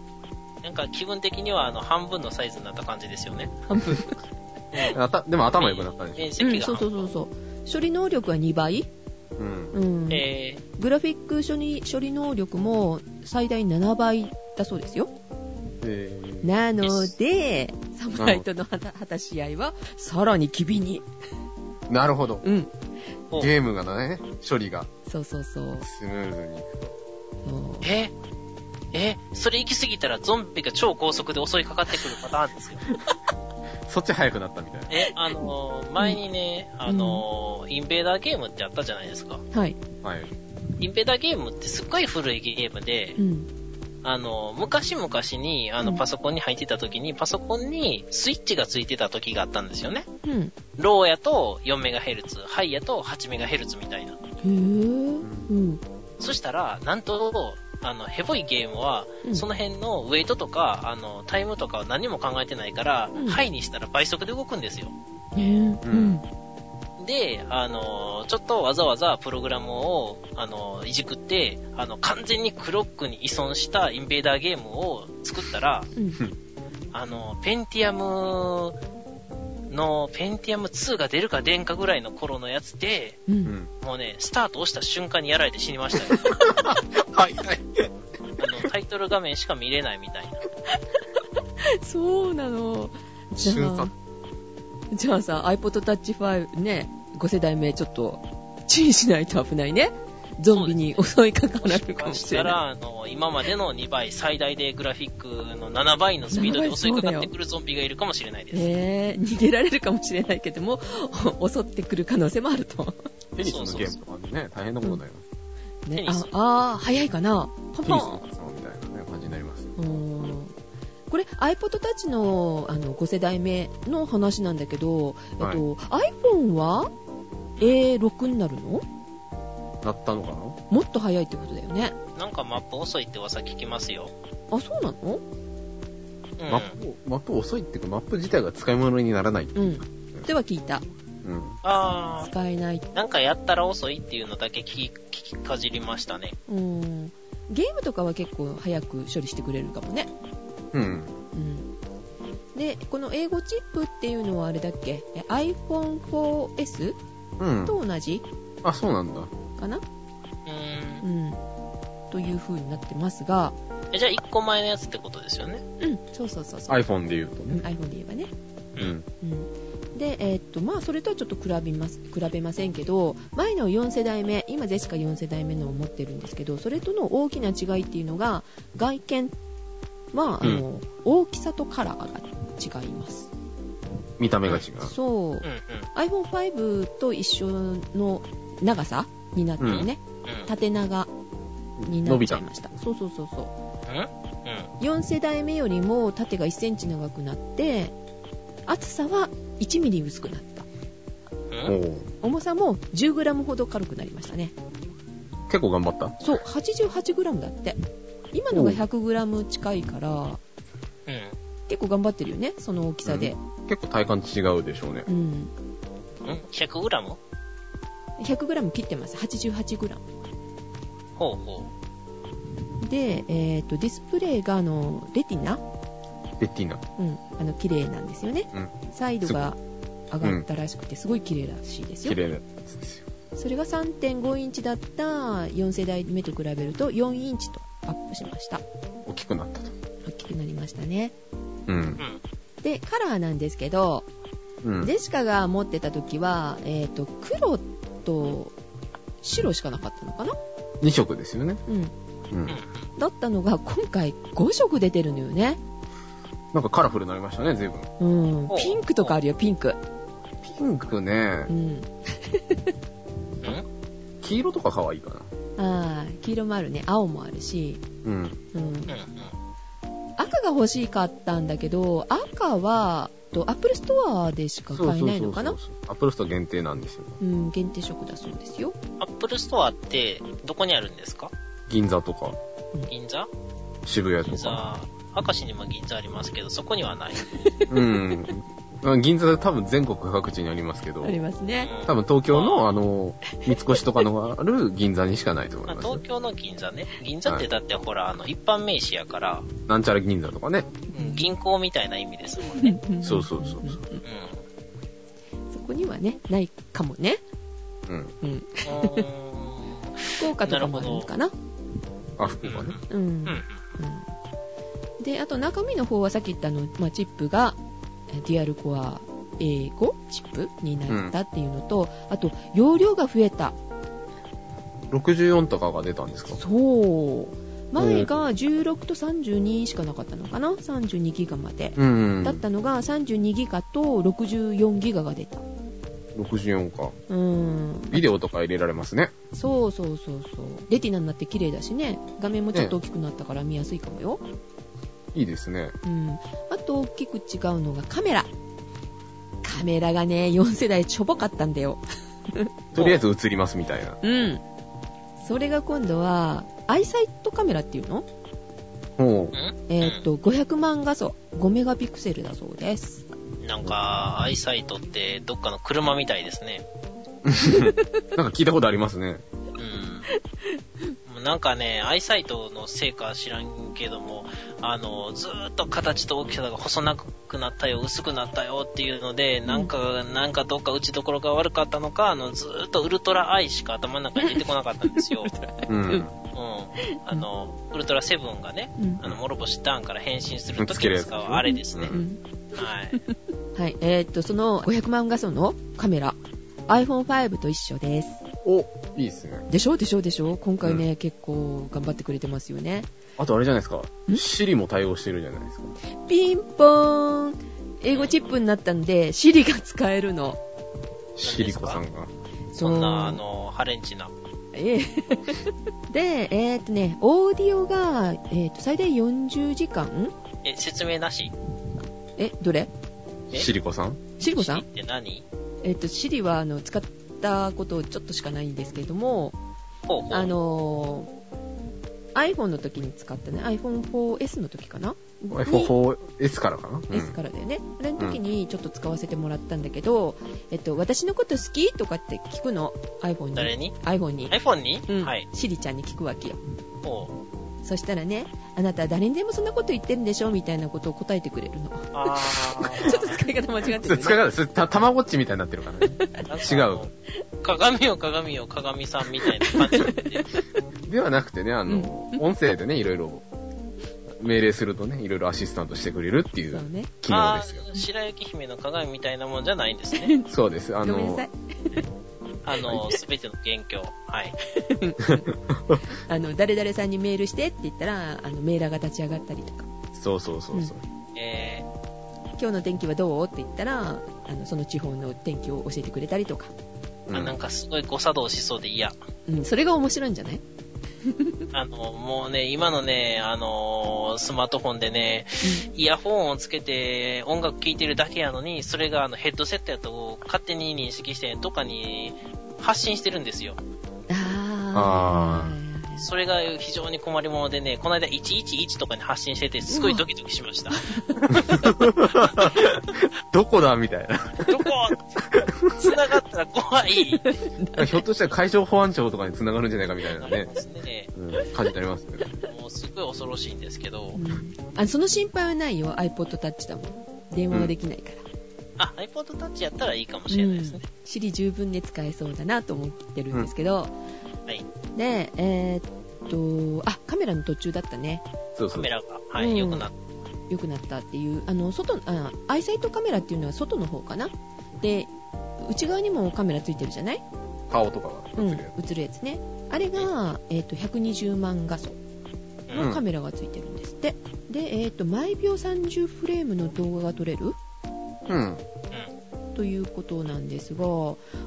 S2: なんか気分的にはあの半分のサイズになった感じですよね。
S1: 半分。
S2: うん
S3: あたでも頭良くなったんでし
S2: 面
S1: うん、
S2: 積が
S1: そ
S2: 半
S1: う
S2: 分。
S1: そうそうそう。処理能力は2倍
S3: ょ。うん。
S1: うん。
S2: え
S1: グラフィック処理処理能力も最大7倍だそうですよ。
S3: えー
S1: なので、侍との果た果たし合いはさらに機敏に。
S3: なるほど。
S1: うん。
S2: ーお
S3: ゲームがね、処理が
S1: そうそうそう。
S3: スムーズにいくと。
S1: そう
S2: ええそれ行き過ぎたらゾンビが超高速で襲いかかってくるパターンですよ。
S3: そっち早くなったみたいな。
S2: え、あのー、前にね、あのー、インベーダーゲームってあったじゃないですか。
S1: はい。
S3: はい。
S2: インベーダーゲームってすっごい古いゲームで
S1: う、ん。
S2: あの、昔々に、あの、
S1: うん
S2: パソコンに入ってた時に、パソコンにスイッチがついてた時があったんですよね。
S1: うん。
S2: ローやと 4MHz、ハイやと 8MHz みたいな。
S1: へぇうん。
S2: そしたら、なんと、あの、ヘボいゲームは、
S1: うん
S2: その辺のウェイトとか、あの、タイムとかを何も考えてないから、
S1: うん
S2: ハイにしたら倍速で動くんですよ。
S1: ねえ。うん。
S2: で、あの、ちょっとわざわざプログラムを、あの、いじくって、あの、完全にクロックに依存したインベーダーゲームを作ったら、
S1: うん。
S2: あの、ペンティアムの、ペンティアム2が出るか出んかぐらいの頃のやつで、
S1: う。
S3: うんん。
S2: もうね、スタート押した瞬間にやられて死にまし たよ。
S3: はい、はい。
S2: あの、タイトル画面しか見れないみたいな。
S1: そうなの。じゃ
S3: 瞬
S1: あ
S3: 殺、
S1: じゃあさ、iPod Touch 5ね、5世代目ちょっと注意しないと危ないね。ゾンビに襲いかかられるかも
S2: し
S1: しれ
S2: た
S1: ない。
S2: ら、あの、今までの2倍、最大でグラフィックの7倍のスピードで襲いかかってくるゾンビがいるかもしれないです。
S1: ねえ、逃げられるかもしれないけども、お襲ってくる可能性もあると。
S3: テニスのゲームとかね、大変なことになります。
S2: テ
S1: ね、
S2: ニ
S1: あ
S2: ス
S1: あー、早いかな。ポン
S3: テ
S1: ポ
S3: ニスの
S1: ン。
S3: 活動みたいなね、感じになりますよ。
S1: うーんこれ iPod Touch のあの5世代目の話なんだけど、
S3: はい
S1: えっと、iPhone は A6 になるの
S3: なったのか
S1: もっと早いってことだよね。
S2: なんかマップ遅いって噂聞きますよ。
S1: あ、そうなの
S2: う。
S3: なんマップ、マップ遅いっていうか、マップ自体が使い物にならない。う
S1: うん。では聞いた。
S3: ん。
S2: あ
S1: 使えない。
S2: ー、なんかやったら遅いっていうのだけ聞き、聞きかじりましたね。
S1: うーん。ゲームとかは結構早く処理してくれるかもね。
S3: うん。
S1: うん。で、この英語チップっていうのはあれだっけえ ?iPhone4S
S3: うん。
S1: と同じ
S3: あ、そうなんだ。
S1: かな
S2: うーん
S1: う。ん。という風になってますが、
S2: えじゃあ1個前のやつってことですよね。
S1: うん、そうそうそうそう。
S3: iPhone で言うと
S1: うん
S3: ね。
S1: iPhone で言えばね。
S3: うん。
S1: うんで、えーっとまあ、それとはちょっと比べます比べませんけど前の4世代目今ゼシカ4世代目のを持ってるんですけどそれとの大きな違いっていうのが外見はあの、大きさとカラーが違います
S3: 見た目が違う。
S1: そう、
S2: うんう
S1: iPhone5 と一緒の長さになってるね、
S2: ん。うん。
S1: 縦長にな
S3: 伸
S1: っ
S3: び
S1: ちゃ
S3: た
S1: い。ましたそうそうそうそう
S2: うん
S1: 4世代目よりも縦が1センチ長くなって厚さは1ミリ薄くなった
S2: うん。うん
S3: おう
S1: 重さも 10g ほど軽くなりましたね
S3: 結構頑張った
S1: そう 88g だって今のが 100g 近いから
S2: う
S1: 結構頑張ってるよねその大きさで、
S3: 結構体感違うでしょうね。
S1: うん
S2: ん。うん。100g?
S1: 100g 切ってます 88g
S2: ほうほ
S1: で、えー、とディスプレイがあのレティナ、
S3: レティナ。
S1: うん、あの綺麗なんですよね、
S3: うん
S1: サイドが上がったらしくてすごい綺麗らしいですよ
S3: 綺麗なやつですよ。
S1: それが3.5インチだった4世代目と比べると4インチとアップしました
S3: 大きくなったと。
S1: 大きくなりましたね
S3: う。
S2: う。うんん。
S1: でカラーなんですけど
S3: うん。
S1: ジェシカが持ってた時は、えっと黒と白しかなかったのかな、
S3: 2色ですよね。
S1: うん、
S3: うん。
S2: うん。
S1: だったのが今回5色出てるのよね、
S3: なんかカラフルになりましたね、随分。
S1: うん
S2: ほ、う
S1: ピンクとかあるよピンク、
S3: ピンクね
S1: う。ん、
S2: うん。
S3: 黄色とか可愛いかな。
S1: あー黄色もあるね青もあるし、
S3: うん。
S1: うん
S2: う、ん。
S1: 赤が欲しかったんだけど赤はとアップルストアでしか買えないのかな
S3: そうそうそうそうアップルストア限定なんですよ。
S1: うん、限定色だそうですよ。
S2: アップルストアって、どこにあるんですか
S3: 銀座とか、
S2: 銀座
S3: 渋谷
S2: 銀
S3: とか。
S2: 座。明石にも銀座ありますけど、そこにはない。
S3: うん。銀座で多分全国各地にありますけど
S1: あ、りますね。
S2: うん
S3: 多分東京のあの、三越とかのある銀座にしかないと思
S2: ま
S3: い
S2: あ
S3: ます
S2: 東
S3: よ。
S2: 京の銀座ね。銀座ってだってほら、あの、一般名詞やから、
S3: なんちゃら銀座とかね。
S2: うん銀行みたいな意味ですもんね。
S3: そうそうそうそうん
S2: う
S1: そこにはね、ないかもね。
S3: うん。
S1: うん。
S2: ん。うーん
S1: 福岡とかもあるのかな。
S3: あ、福岡ね。
S1: うん。
S2: うん。うん
S1: うんで、あと中身の方はさっき言ったあの、まあ、チップが、えデュアルコア A5 チップになったっていうのと、あと、容量が増えた。
S3: 64とかが出たんですか
S1: そう。前が16と32しかなかったのかな32ギガまで、
S3: うん。
S1: だったのが32ギガと64ギガが出た
S3: 64か。
S1: うん
S3: ビデオとか入れられますね。
S1: そうそうそうそうレティナになって綺麗だしね画面もちょっと大きくなったから見やすいかもよ、
S3: いいですね。
S1: うん、あと大きく違うのがカメラカメラがね4世代ちょぼかったんだよ
S3: とりあえず映りますみたいな。
S1: うんそれが今度はアイサイトカメラっていうの
S3: ほ
S1: えーっと500万画素5メガピクセルだそうです
S2: なんか、アイサイトってどっかの車みたいですね。
S3: う。なんか聞いたことありますね。
S2: うん。もうなんかね、アイサイトのせいか知らんけども、あの、ずーっと形と大きさが細なくなったよ、薄くなったよっていうので、なんか、なんかどっか打ちどころが悪かったのか、あの、ずーっとウルトラアイしか頭の中に出てこなかったんです よ。
S3: うん。
S2: うん。あの、ウルトラセブンがね、
S1: うん
S2: あの、諸星ダーンから変身するときに使うあれですね
S1: う。ん
S2: はい。
S1: はいえーっとその500万画素のカメラ iPhone5 と一緒です
S3: お、いいですね。
S1: でしょでしょでしょ今回ね、結構頑張ってくれてますよね
S3: あとあれじゃないですか
S1: ん。
S3: シリも対応してるじゃないですか。
S1: ピンポーン英語チップになったんで Siri が使えるの
S3: シリコさんが。
S2: そんな、あ
S1: そう
S2: の、ハレンチな。
S1: ええ で、えーっとね、オーディオが、えーっと最大40時間
S2: え、説明なし
S1: え、どれ
S2: え
S3: シリコさん
S1: シリコさ
S2: シ
S1: ん
S2: リって何
S1: えーっと、シリはあの使ったことちょっとしかないんですけれども、
S2: ほうほう。
S1: あのー iPhone の時に使ったね、iPhone4S の時かな
S3: ?4S からかな、うん
S1: ?S からだよね。あれの時にちょっと使わせてもらったんだけど、えっと、私のこと好きとかって聞くの ?iPhone
S2: 誰
S1: に。
S2: に
S1: iPhone に。
S2: iPhone に、
S1: うん。
S2: はい。
S1: シリちゃんに聞くわけよ。
S2: ほう。
S1: そしたらね、あなた誰にでもそんなこと言ってるんでしょみたいなことを答えてくれるの。 ち
S2: あー
S1: ょっと使い方間違って
S3: それ
S1: る、
S3: 使い
S1: ね。
S3: 方、それた、たまごっちみたいになってるからね。
S2: なんか
S3: 違う。
S2: 鏡よ鏡よ鏡さんみたいな感じで。
S3: ではなくてね、あの、音声でね、いろいろ、命令するとね、いろいろアシスタントしてくれるってい
S1: そう
S3: う
S1: ね。
S3: 機能ですよ。
S2: あー白雪姫の鏡みたいなもんじゃないんですね。
S3: そうです。
S1: ご
S3: あ
S1: めんな
S3: の
S1: さい、。
S2: あの、すべての元凶。はい。
S1: あの、誰々さんにメールしてって言ったら、あの、メーラーが立ち上がったりとか、
S3: そうそうそうそう。
S2: え
S1: 今日の天気はどうって言ったら、あの、その地方の天気を教えてくれたりとか、
S2: ー、あなんかすごい誤作動しそうで嫌。
S1: うん、それが面白いんじゃない
S2: あの、もうね、今のね、あのースマートフォンでね、イヤホンをつけて音楽聴いてるだけやのに、それがあのヘッドセットやと勝手に認識して、どっかに発信してるんですよ。
S1: あー。
S2: それが非常に困りものでね、この間111とかに発信してて、すごいドキドキしました。
S3: どこだみたいな。
S2: どこ繋がったら怖い
S3: ひょっとしたら海上保安庁とかに繋がるんじゃないかみたいな
S2: なり
S3: ね
S2: ま、すね。
S3: うん、感じになりますよね。
S2: もうすごい恐ろしいんですけど
S1: う。んあその心配はないよ、iPod Touch だもん。電話ができないから。
S2: あ、iPod Touch やったらいいかもしれないですね。
S1: シリ十分で使えそうだなと思ってるんですけど、
S2: はい。
S1: で、えーっと、あ、カメラの途中だったね。
S3: そう
S2: カ
S3: そう
S2: メ。ラが、は
S1: うん
S2: い、良くなっ
S1: 良くなったっていうあの外あアイサイトカメラっていうのは外の方かなで内側にもカメラついてるじゃない
S3: 顔とかが映るや
S1: 映るやつねあれが、えー、と120万画素
S2: た。
S3: う
S1: の
S3: ん
S1: カメラがついてるんですって、で、えー、と毎秒30フレームの動画が撮れる
S3: つ。うん。
S1: ということなんですが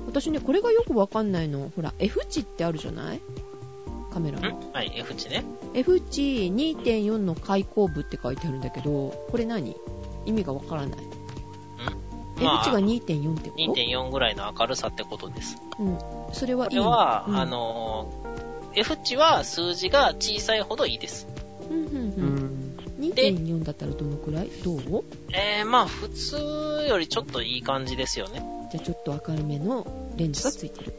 S1: 私ねこれがよくわかんないのほら F 値ってあるじゃないカメラ
S2: う
S1: の
S2: んはい、F 値ね。
S1: F 値2.4の開口部って書いてあるんだけどこれ何意味がわからない、
S2: ま
S1: F 値
S2: あ
S1: が、2.4ってこと
S2: 2.4ぐらいの明るさってことです。
S1: それは
S2: こ
S1: いい
S2: れ
S1: の
S2: は、
S1: うん
S2: あのー、F 値は数字が小さいほどいいです。
S1: うんうん
S3: う
S1: うん
S3: ん。
S1: 2.4だったらどのくらいどう
S2: えー、まあ、普通よりちょっといい感じですよね。
S1: じゃあちょっと明るめのレンズがついてる。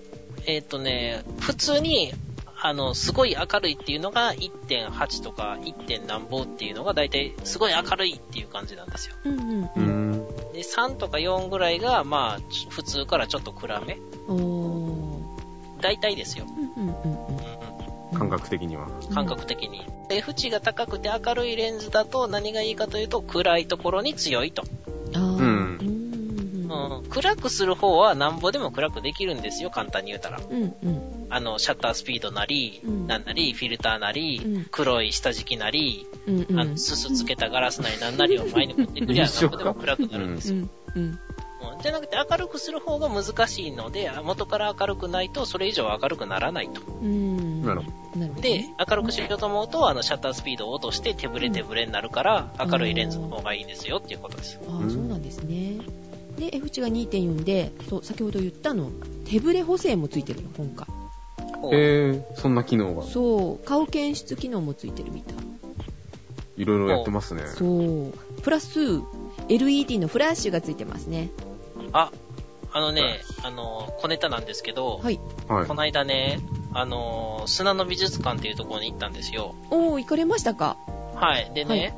S2: えっ、とね、普通に、あの、すごい明るいっていうのが1.8とか 1. 何ぼっていうのが大体すごい明るいっていう感じなんですよ。
S1: うんうん
S3: う
S1: うん。
S3: ん。
S2: で、3とか4ぐらいが、まあ、ち普通からちょっと暗め。
S1: お
S2: 大体ですよ。
S1: ー。うんうんうん
S2: うんうん
S1: うん。
S3: 感覚的には。
S1: うん。
S2: 感覚的に。で、F 値が高くて明るいレンズだと何がいいかというと暗いところに強いと。
S1: あー。
S3: う
S1: う
S3: ん
S1: んうんうん。
S2: うん。暗くする方はなんぼでも暗くできるんですよ、簡単に言うたら。
S1: うんうん
S2: あの、シャッタースピードなり、
S1: うん
S2: なんなり、フィルターなり、
S1: うん
S2: 黒い下敷きなり、
S1: うんうん
S2: あの、すすつけたガラスなりなんなりを前に持ってくりゃ、
S3: 一
S2: な
S3: 緒
S2: んぼ
S3: か
S2: でも暗くなるんです
S1: う
S2: よ。
S1: んうん
S2: うんじゃなくて明るくする方が難しいので、あ元から明るくないと、それ以上明るくならないと。
S1: うん
S3: なるほ
S1: なるほど
S2: で
S1: ね、
S2: 明るくしようと思うと、あの、シャッタースピードを落として、手ぶれ手ぶれになるから、明るいレンズの方がいいですよっていうことです。
S1: ああそうなんですねで F 値が2.4でそう先ほど言ったの手ブレ補正もついてるの今回
S3: へえー、そんな機能が。
S1: そう顔検出機能もついてるみたい
S3: いろいろやってますね。
S1: そうプラス LED のフラッシュがついてますね
S2: あ、あのね、あの、小ネタなんですけど、
S1: はい
S3: はい
S2: こ。の間ね、あの、砂の美術館っていうところに行ったんですよ。
S1: おお行かれましたか
S2: はい。でね、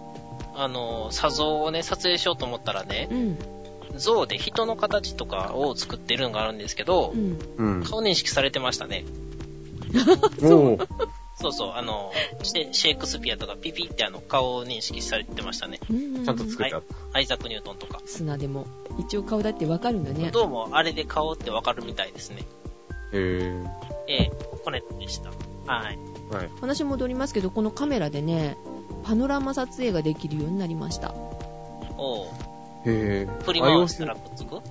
S2: あの、砂像をね、撮影しようと思ったらね、
S1: うん
S2: 像で人の形とかを作ってるのがあるんですけど
S1: う、ん
S3: うん。
S2: 顔認識されてましたね。
S3: おー
S2: そうそう、あの、シェシェイクスピアとかピピってあの、顔を認識されてましたね。
S1: うん
S3: ちゃんと作ってあっ
S2: アイザック・ニュートンとか。
S1: 砂でも一応顔だってわかるんだね
S2: どうも、あれで顔ってわかるみたいですね。
S3: た。へえ
S2: えー、コネットでした。はい。
S3: ー。はい。
S1: 話戻りますけどこのカメラでねパノラマ撮影ができるようになりました
S2: おう
S3: へえー。
S2: 振り回したらくっつく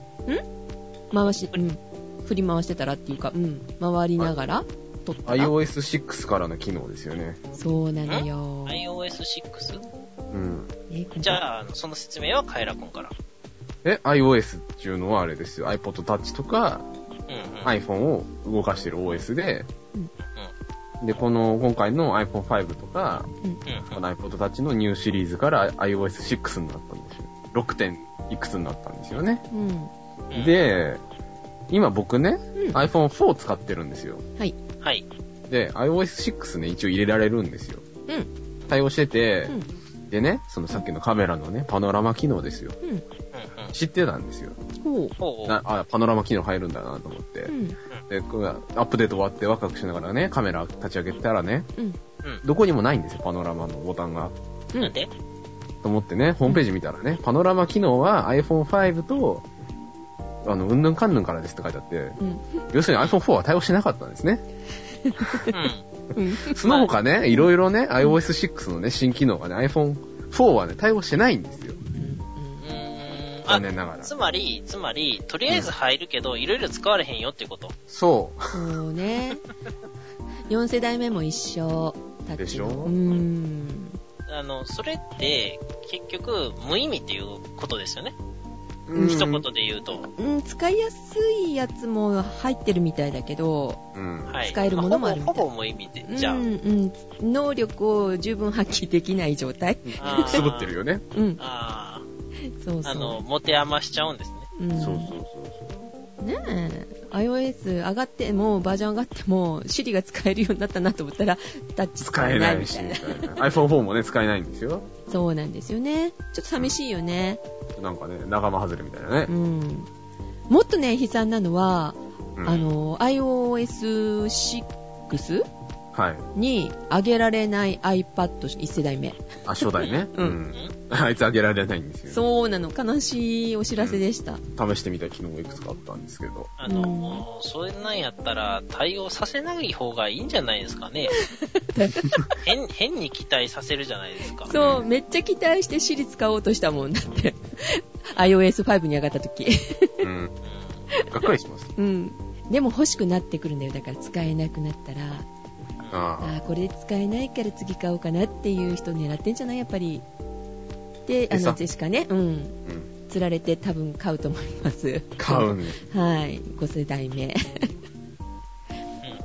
S1: 回し、うん、振り回してたらっていうか、うん、回りながら撮ったら
S3: iOS 6からの機能ですよね。
S1: そうなのよ、
S2: ?iOS6?
S3: うん。
S1: ね
S2: じゃああの、その説明はカエラくんから。
S3: え、iOS っていうのはあれですよ。iPod Touch とか
S2: うんうん。い。
S3: iPhone を動かしてる OS で、
S2: う
S3: で、この今回の iPhone5 とか、
S2: ん
S3: こ
S2: うん。
S3: の iPod Touch のニューシリーズから iOS6 になったんですよ。6点いくつになったんですよね。
S1: うん、
S2: うん、
S3: で、今僕ね、
S1: うん、
S3: iPhone4 使ってるんですよ。
S2: はい。
S3: で、iOS6 ね、一応入れられるんですよ。
S1: うん
S3: 対応してて、
S1: うん
S3: でね、そのさっきのカメラのね、パノラマ機能ですよ。
S1: うん、
S2: うんうん。
S3: 知ってたんですよ。
S1: ほう、
S2: ほう
S3: なあ、パノラマ機能入るんだなと思って。
S1: うん、
S3: で、こうアップデート終わってワクワクしながらね、カメラ立ち上げたらね、
S1: うん、
S3: どこにもないんですよ、パノラマのボタンが。
S1: う
S2: なん
S1: ん、
S2: で
S3: と思ってね、ホームページ見たらね、パノラマ機能は iPhone5 と、あの、うんぬんかんぬんからですって書いてあって、
S1: うん、
S3: 要するに iPhone4 は対応してなかったんですね。
S2: うん。
S1: うん、
S3: その他ね、いろいろね、iOS6 のね、新機能がね、iPhone4 はね、対応してないんですよ。
S2: うーん。
S3: 残念ながら
S2: つまり、つまり、とりあえず入るけど、いろいろ使われへんよっていうこと。
S3: そ
S1: そうね、4世代目も一緒、タッチの
S3: でしょ
S1: うん、
S2: あの、それって、結局、無意味っていうことですよね。
S3: う。
S2: 一言で言うと。
S1: うん、使いやすいやつも入ってるみたいだけど、
S3: うん。
S2: はい。
S1: 使えるものもあるみたい
S2: ほぼほぼ無意味で。じゃあ。
S1: うん、うん、能力を十分発揮できない状態、
S2: あー
S3: くすぶってるよね。
S1: うん、
S2: あ
S1: そう
S2: あ、
S1: そう、
S2: あの、持て余しちゃうんですね。
S1: うん、
S3: そう。
S1: ねえ、iOS 上がっても、バージョン上がっても、Siri が使えるようになったなと思ったら、タッチ
S3: 使えないし、みたいな。iPhone4 もね、使えないんですよ。
S1: そうなんですよね。ちょっと寂しいよね。
S3: なんかね、仲間外れみたいな
S1: う
S3: ね。
S1: ん。もっとね、悲惨なのは、
S3: うん
S1: あ、の、iOS6
S3: はい。
S1: に上げられない iPad1 世代目。
S3: あ、初代ね。
S1: う
S3: うんん。あいつあげられないんですよ。
S1: そうなの、悲しいお知らせでした。
S3: 試してみた機能がいくつかあったんですけど。
S2: あの、もうそんなんやったら、対応させない方がいいんじゃないです かね。変、変に期待させるじゃないですか。
S1: そう、めっちゃ期待して Siri 使おうとしたもんだって。iOS5 に上がった時。
S3: うん。
S2: う
S3: がっかりします。
S1: うん。でも欲しくなってくるんだよ。だから使えなくなったら。
S2: んうん
S3: あ
S1: あーこれ使えないから次買おうかなっていう人狙ってんじゃないやっぱりであ
S3: で
S1: の
S3: さ
S1: ジェシカねうん
S3: あ。うん。
S1: 釣られて多分買うと思います
S3: 買うんで。
S1: はい5世代目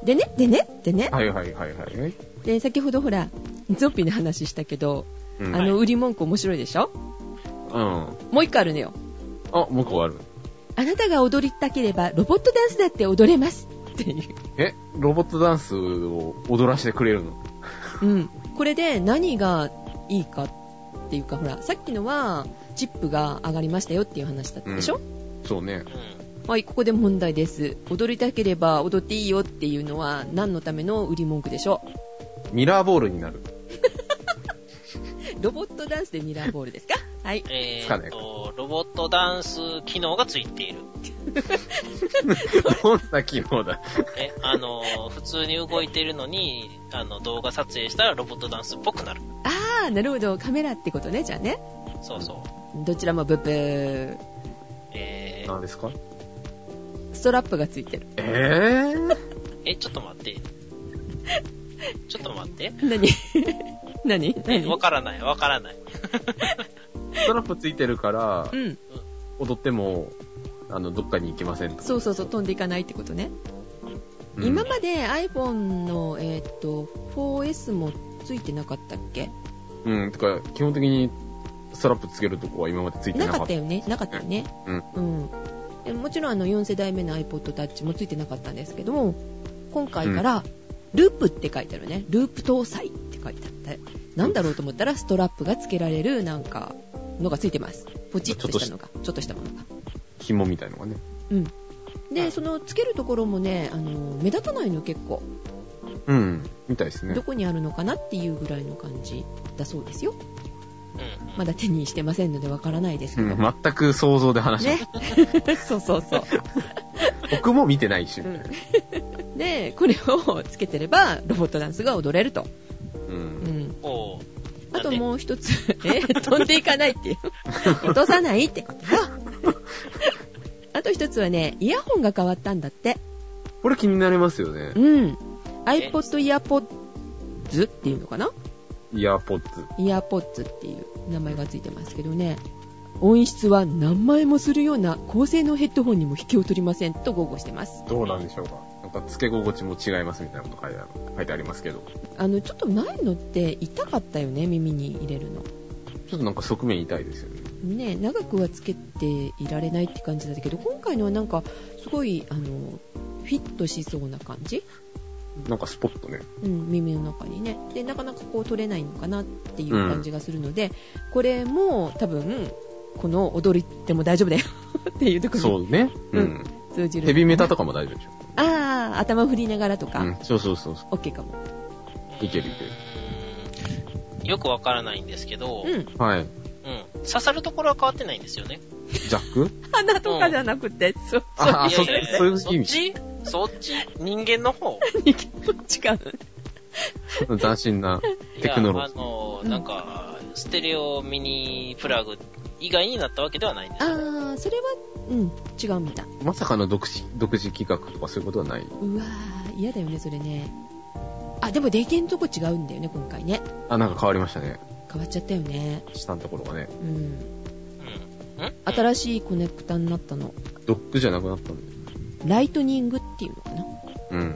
S1: でねでねでね、
S3: はいはいはいはい。
S1: で先ほどほらゾンビの話したけど、
S3: うん。
S1: あの売り文句面白いでしょ
S3: うん。
S1: もう一個あるのよ
S3: あ、もう一個ある。
S1: あなたが踊りたければロボットダンスだって踊れますっていう
S3: え、ロボットダンスを踊らせてくれるの
S1: うん、これで何がいいかっていうかほらさっきのはチップが上がりましたよっていう話だったでしょ、
S3: そうね。
S2: うん
S1: はいここで問題です踊りたければ踊っていいよっていうのは何のための売り文句でしょ
S3: ミラーボールに なる。
S1: ロボットダンスでミラーボールですか はい
S2: え
S3: つか
S2: ー
S3: ね
S2: っと、ロボットダンス機能がついている。
S3: どんな機能だ。
S2: ね、あの、普通に動いてるのに、あの、動画撮影したらロボットダンスっぽくなる。
S1: あー、なるほど。カメラってことね、じゃあね。
S2: そうそう。
S1: どちらもブッブー。
S2: えー
S3: 何ですか
S1: ストラップがついてる。
S3: えー、
S2: え、ちょっと待って。 ちょっと待って。
S1: 何 何
S2: え、わ
S1: 何
S2: からない、わからない。
S3: ストラップついてるから
S1: う、ん。
S3: 踊っても、あの、どっかに行けませんと。
S1: そうそうそう、飛んでいかないってことね。
S3: うん
S1: 今まで iPhone の、えーっと、4S もついてなかったっけ
S3: うん、とか、基本的に、ストラップつけるとこは今までついて
S1: な
S3: な
S1: か
S3: か
S1: っ
S3: ったた。
S1: よね。なかったよね。うん。でもちろんあの4世代目の iPod Touch もついてなかったんですけども、今回から、ループって書いてあるね。ループ搭載って書いてあって、なんだろうと思ったらストラップがつけられるなんか、のがついてます。ポチッとしたのが、ちょっとしたものが。
S3: 紐みたいのがね。
S1: うん。
S2: う
S1: で、
S2: ん
S1: そのつけるところもね、あの、目立たないの結構、
S3: うん、みたいですね
S1: ど。こにあるのかなっていうぐらいの感じだそうですよ。
S2: うん、うん。
S1: まだ手にしてませんのでわからないですけ
S3: う
S1: ど。
S3: ん、全く想像で話して、
S1: ね。そう そうそう。
S3: 僕も見てないし。うん。
S1: うんで、これをつけてれば、ロボットダンスが踊れると。うん。
S2: こう。
S1: あと
S2: なんで
S1: もう一つ、え、飛んでいかないっていう。落とさないってことよ。あと一つはね、イヤホンが変わったんだって。
S3: これ気になりますよね。
S1: うん。iPod イヤポッズっていうのかな
S3: イヤーポッツ。
S1: イヤーポッツっていう名前がついてますけどね。音質は何枚もするような高性能ヘッドホンにも引けを取りませんと豪語してます。
S3: どうなんでしょうか。なんか、付け心地も違いますみたいなこと書いてある書いてありますけど。
S1: あの、ちょっと前のって痛かったよね、耳に入れるの。
S3: ちょっとなんか側面痛いですよね。
S1: ね、長くはつけていられないって感じだけど今回のはなんかすごいあのフィットしそうな感じ、
S3: なんかスポッとね。
S1: うん、耳の中にねでなかなかこう取れないのかなっていう感じがするので、これも多分この踊りでも大丈夫だよ っていうところ
S3: そうね。
S1: う
S3: うん
S1: に
S3: ん。
S1: 通じる
S3: ヘビメタ
S1: と
S3: とかも大丈夫でしょ。
S1: ああ頭振りながらとか、
S3: うん、そうそうそうそ
S1: OK かも
S3: いけるいける
S2: うんよくわからないんですけど、
S1: うん
S3: う。はい。
S2: うん刺さるところは変わってないんですよね。
S3: ジャック
S1: 鼻とかじゃなくて、そう
S3: ああ、
S2: い
S3: そ
S2: やいやい
S3: っ
S2: や
S3: ち、そういう
S2: そ
S3: 意
S2: っ
S3: 味。
S2: ちそっち人間の方
S1: に違う
S3: 斬新なテクノロジ
S2: いやあの、なんか、ステレオミニプラグ以外になったわけではないんですよ。
S1: ああそれはうん違うみたい
S3: ー。まさかの独自、独自企画とかそういうことはないう
S1: わー嫌だよねそれねあでも電源のとこ違うんだよね今回ね
S3: あ、なんか変わりましたね。
S1: 変わっちゃったよね
S3: 下のところがね。
S1: うん
S2: うん。ん
S1: 新しいコネクタになったの
S3: ドックじゃなくなったんで。
S1: ライトニングっていうのかな
S3: うん。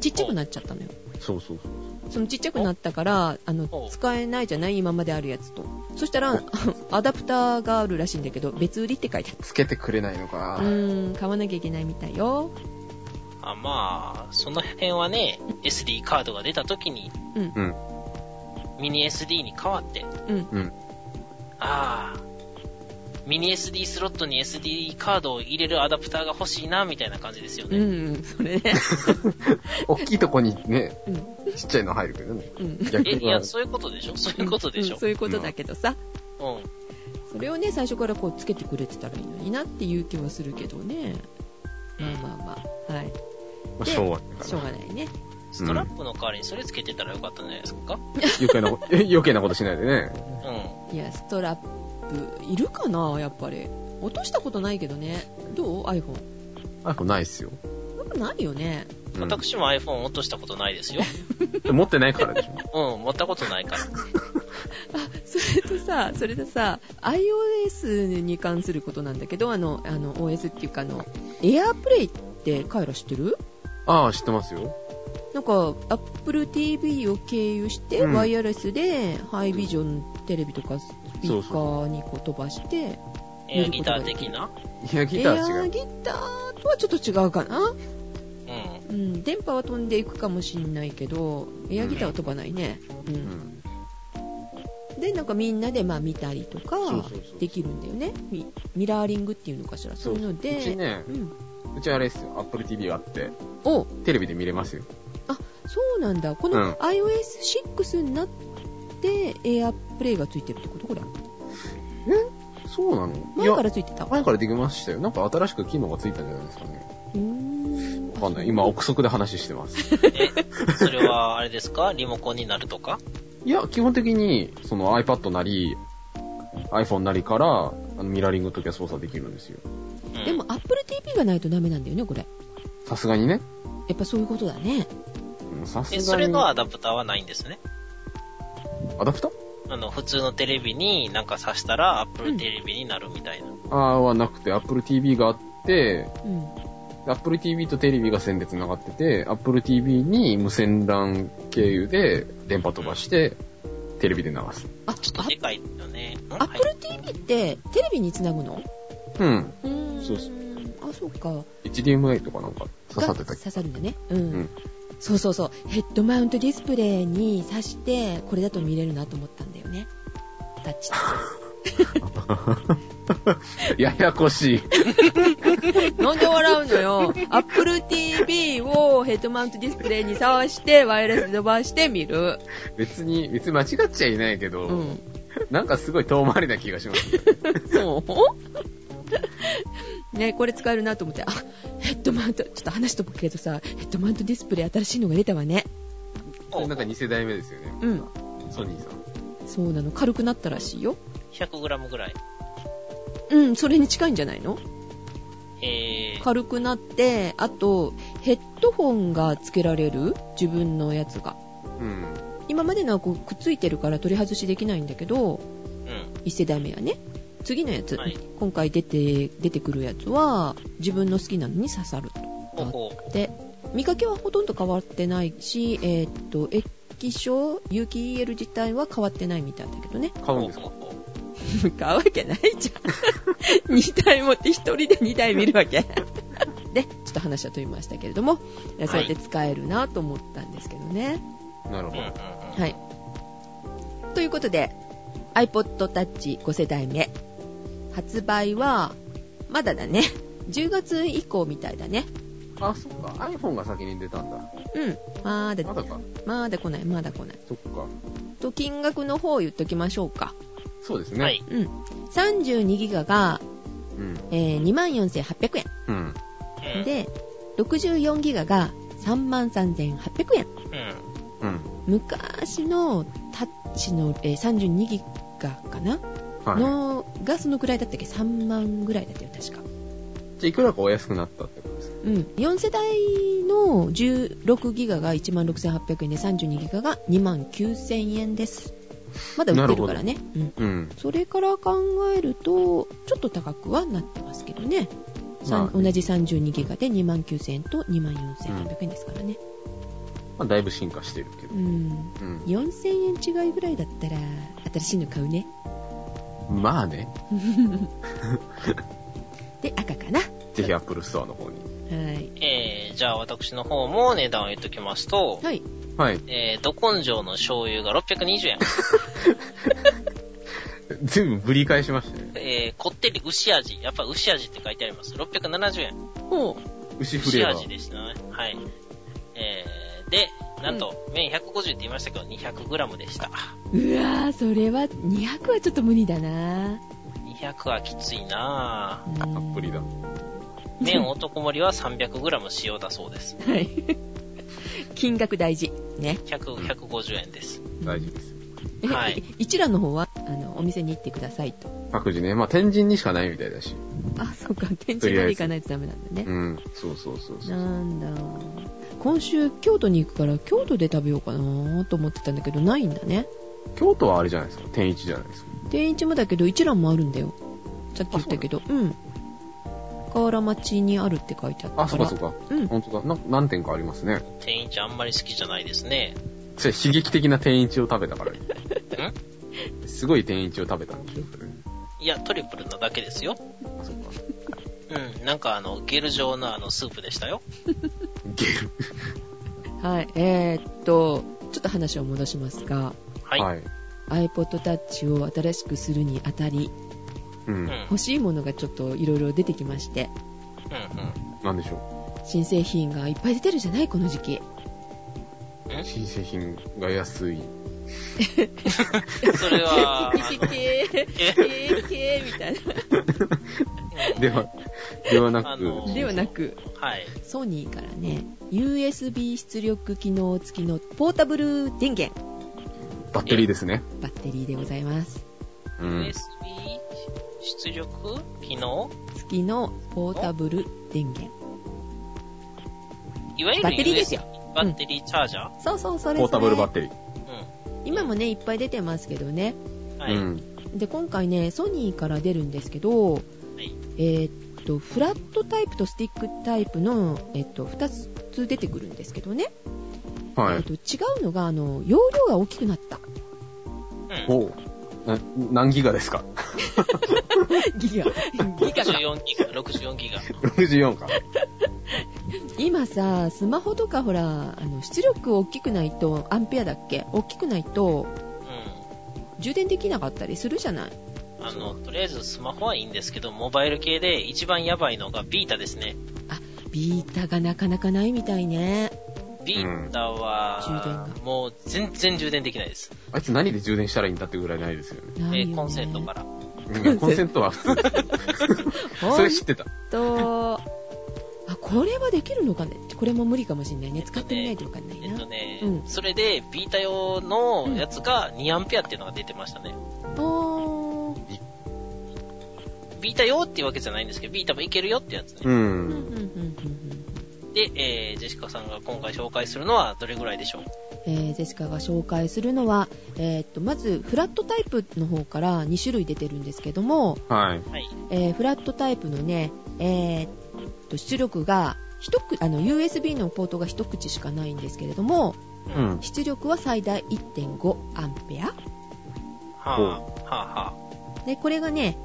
S1: ちっちゃくなっちゃったのよ
S3: そうそうそう。
S1: そのちっちゃくなったからあの
S2: お
S1: 使えないじゃない今まであるやつとそしたら アダプターがあるらしいんだけど別売りって書いてあっ
S3: つけてくれないのか
S1: たう。ーん買わなきゃいけないみたいよ
S2: あまあ、その辺はね、SD カードが出た時に、
S1: うん
S3: うん。
S2: ミニ SD に変わって、
S1: うん
S3: うん。
S2: ああ、ミニ SD スロットに SD カードを入れるアダプターが欲しいな、みたいな感じですよ
S1: う
S2: ね。
S1: んそ れね
S3: 大きいとこにね、
S1: うん
S3: ちっちゃいの入るけどね。
S1: うん
S3: 逆
S2: え、い
S3: は
S2: や、そういうことでしょそういうことでし
S1: う
S2: ょ
S1: んそういうことだけどさ、
S2: うん。
S1: それをね最初からこうつけてくれてたらいいのになっていう気はするけどねまあまあまあはい
S3: まあ、昭和だか
S1: しょうがないね
S2: ストラップの代わりにそれつけてたらよかったんじゃないですか
S3: ら。余計なこと、え余計なことしないでね。
S2: うん。
S1: いやストラップいるかなやっぱり落としたことないけどねどう iPhone
S3: あ、これないっすよ。
S1: なんかないよね
S3: うん
S2: 私も iPhone 落としたことないですよ。
S3: 持ってないからでしょ。
S2: うん、持ったことないから。
S1: あそれとさそれでさ iOS に関することなんだけどあのあの OS っていうかあの AirPlay ってカイラ知ってる
S3: ああ、知ってますよ。
S1: なんか Apple TV を経由して、
S3: うん
S1: ワイヤレスでハイビジョンテレビとかスピ
S3: そう
S1: ーカ
S3: そ
S1: ーにこう飛ばして
S2: エアギター的な。
S3: いや、ギターは
S1: エア
S3: 違う。
S1: ギターとはちょっと違うかな、
S2: うん。
S1: うん、電波は飛んでいくかもしんないけどエアギターは飛ばないね、うん
S3: うん。
S1: でなんかみんなでまあ見たりとか
S3: そうそうそう
S1: できるんだよねミミラーリングっていうのかしらそういうの
S3: うち
S1: で
S3: ね
S1: う、ん、
S3: うちあれっすよ。Apple TV があって、
S1: お
S3: テレビで見れますよ。
S1: そうなんだこ
S3: うん
S1: の iOS6 になって AirPlay がついてるってことこれ
S3: そうなの
S1: 前か
S3: いや
S1: らついてた
S3: 前からできましたよ。なんか新しく機能がついたんじゃないですかね。
S1: うーん
S3: わかんない。今、憶測で話して ます。
S2: え、それはあれですかリモコンになるとか
S3: いや、基本的に、その iPad なり、iPhone なりから、あのミラーリングの時は操作できるんですよ。
S2: うん
S1: でも Apple TV がないとダメなんだよねこれ
S3: さすがにね。
S1: やっぱそういうことだね
S3: うんさすが
S2: え、
S3: に。
S2: それのアダプターはないんですね。
S3: アダプター
S2: あの、普通のテレビになんか挿したら、Apple テレビになるみたいな。
S3: あーはなくて、Apple TV があって、
S1: うん
S3: Apple TV とテレビが線で繋がってて、Apple TV に無線 LAN 経由で電波飛ばして、テレビで流す。
S1: あ
S2: ちょっとでかいよね。んはい
S1: Apple TV ってテレビにつなぐの
S3: うん。
S1: うーん
S3: そうそう
S1: あそうか
S3: HDMI とかなんか刺さってたっけ
S1: 刺さるんだねうん、
S3: ん
S1: そうそうそうヘッドマウントディスプレイに挿してこれだと見れるなと思ったんだよねタッチ
S3: ややこしい。
S1: なんで笑うのよ Apple TV をヘッドマウントディスプレイに挿してワイヤレスで飛ばして見る
S3: 別に、別に間違っちゃいないけど、
S1: うん
S3: なんかすごい遠回りな気がします。
S1: そうね、これ使えるなと思って、あ、ヘッドマウント、ちょっと話しとくけどさ、ヘッドマウントディスプレイ新しいのが出たわね。
S3: それなんか2世代目ですよね。
S1: うん。
S3: ソニーさん。
S1: そうなの、軽くなったらしいよ。
S2: 100g ぐらい。
S1: うん、それに近いんじゃないの
S2: えー、
S1: 軽くなって、あと、ヘッドホンがつけられる自分のやつが。
S3: うん。
S1: 今までのはこうくっついてるから取り外しできないんだけど、
S2: うん。
S1: 1世代目はね。次のやつ、
S2: はい
S1: 今回出て、出てくるやつは、自分の好きなのに刺さる。
S2: ほうほう。
S1: で見かけはほとんど変わってないし、えーっと液晶有機 EL 自体は変わってないみたいだけどね
S3: 買うん
S2: ほう
S3: です
S2: ほ
S3: か
S2: うほう。
S1: 買うわけないじゃん2台持って1人で2台見るわけ でちょっと話は飛びましたけれども、
S2: い
S1: そうやって使えるなと思ったんですけどね
S3: なる
S2: う
S3: ほ
S2: んう
S3: ど
S2: んうん。。
S1: はいということで iPod Touch5 世代目発売はまだだね10月以降みたいだね
S3: あ、そっか。iPhone が先に出たんだ。
S1: うんまだ
S3: まだか。
S1: まだ来ないまだ来ない
S3: そっか。
S1: と金額の方を言っときましょうか
S3: そうですね。
S2: はい。
S1: うん。32ギガが、
S3: うん。
S1: えー、24,800
S3: う
S2: う
S3: ん。
S1: 円。
S2: ん、
S1: で、64ギガが33,800円。
S2: うん。
S3: うん。
S1: 昔のタッチの、えー、32ギガかな、
S3: はい。
S1: のがそのくらいだったっけ ?3 万ぐらいだったよ、確か。
S3: じゃあいくらかお安くなったってことですか
S1: うん。4世代の16ギガが16,800円で、32ギガが29,000円です。まだ売ってるからね。うん。
S3: うん。
S1: それから考えると、ちょっと高くはなってますけどね。さん
S3: まあ
S1: 同じ32ギガで2万9000円と2万4800円ですからね。
S3: まあ、だいぶ進化してるけど
S1: う。ん。
S3: うん。
S1: 4000円違いぐらいだったら、新しいの買うね。
S3: まあね。
S1: で、赤かな。は
S3: ぜひ Apple Store の方に。
S1: い。
S2: えー、じゃあ私の方も値段を言っときますと、
S1: はい。
S3: はい。
S2: えー、ど根性の醤油が620円。
S3: 全部ぶり返しましたね。
S2: えー、こってり牛味。やっぱ牛味って書いてあります。670円。
S1: おう。
S3: 牛フ
S2: 牛
S3: レーバ
S2: 味
S3: ー。
S2: でしたね。はい。えー、で、なんと、麺150って言いましたけど、200g でした。
S1: うわぁ、それは、200はちょっと無理だな
S2: 200はきついな ぁ。
S1: ぁ。
S3: たっぷりだ
S2: 麺男盛りは 300g 使用だそうです。
S1: はい。金額大事。ね。
S2: 100、150円です。
S3: 大事です。
S1: うん
S2: はい。
S1: 一覧の方は、あの、お店に行ってくださいと。
S3: 各自ね。まあ、天神にしかないみたいだし。
S1: あ、そうか。展示まで行かないとダメなんだね。
S3: うん。そうそうそうそう。
S1: なんだ今週京都に行くから京都で食べようかなと思ってたんだけどないんだね
S3: 京都はあれじゃないですか。天一じゃないですか。
S1: 天一もだけど一蘭もあるんだよさっき言ったけどうん河原町にあるって書いてあったから
S3: あ、そっかそっか。
S1: うん
S3: 本当だ。な何点かありますね。
S2: 天一あんまり好きじゃないですね。
S3: それ刺激的な天一を食べたから。すごい天一を食べたんでしょそれ
S2: いや、トリプルなだけですよ。
S3: あ、そっか。
S2: うん、なんかあの、ゲル状のあの、スープでしたよ。
S3: ゲル。
S1: はいえーっとちょっと話を戻しますが
S2: はい。
S3: い。
S1: iPod Touch を新しくするにあたり
S3: う
S2: うんん。う。ん、
S1: 欲しいものがちょっといろいろ出てきまして
S3: なんでしょ
S1: 新製品がいっぱい出てるじゃないこの時期
S2: うん。
S3: うん新製品が安い。
S2: そ れは、
S1: 西系、系系みたい
S2: うん
S3: では、ではな
S2: あ
S3: く、
S2: の
S1: な。ではなく、
S2: はい。
S1: ソニーからね、USB 出力機能付きのポータブル電源、
S3: バッテリーですね。
S1: バッテリーでございます。
S3: うん
S2: USB 出力機能
S1: 付きのポータブル電源。
S2: いわゆる
S1: バッテリーですよ
S2: USB バッテリーチャージャー
S1: そうそう、それそれ
S3: ポータブルバッテリー。
S1: 今もね、いっぱい出てますけどね。
S2: うん。はい。
S3: うん。
S1: で、今回ね、ソニーから出るんですけど、えーっと、フラットタイプとスティックタイプの、えっと、2つ出てくるんですけどね。
S3: は
S1: えっ
S3: い。
S1: と、違うのが、あの、容量が大きくな った。
S2: うん。
S3: おな何ギガですか
S1: ギガ。ギガが。
S2: 64ギガ、64ギガ。
S3: ?64 か。
S1: 今さ、スマホとかほら、あの、出力大きくないと、アンペアだっけ大きくないと、
S2: う
S1: 充電できなかったりするじゃない。
S2: ん。あの、とりあえずスマホはいいんですけど、モバイル系で一番やばいのがビータですね。
S1: ビータがなかなかないみたいね。
S2: ビータは
S1: 充電、
S2: もう全然充電できないです。
S3: あいつ何で充電したらいいんだってぐらいないですよね。
S1: ない
S2: え
S1: よね
S2: ーコンセントから。
S3: うんコンセントは普通。それ知ってた。
S1: と、あ、これはできるのかねこれも無理かもしんないね。使ってみないとわかんない
S2: えっと
S1: な。
S2: ね、
S1: うん
S2: それでビータ用のやつが2アンペアっていうのが出てましたね。
S1: おー。
S2: ビータ用っていうわけじゃないんですけど、ビータもいけるよってやつね。
S1: うんうん
S3: ん。
S1: うんうん
S2: で、えージェシカさんが今回紹介するのはどれぐらいでしょう
S1: えージェシカが紹介するのは、えーっと、まず、フラットタイプの方から2種類出てるんですけども、
S3: はい。
S2: はい。
S1: えーフラットタイプのね、えーっと、出力が、一口、あの、USB のポートが一口しかないんですけれども、
S3: うん。
S1: 出力は最大1.5アンペア。
S2: はあ、
S3: ほう
S2: はあ、は
S1: で、これがね、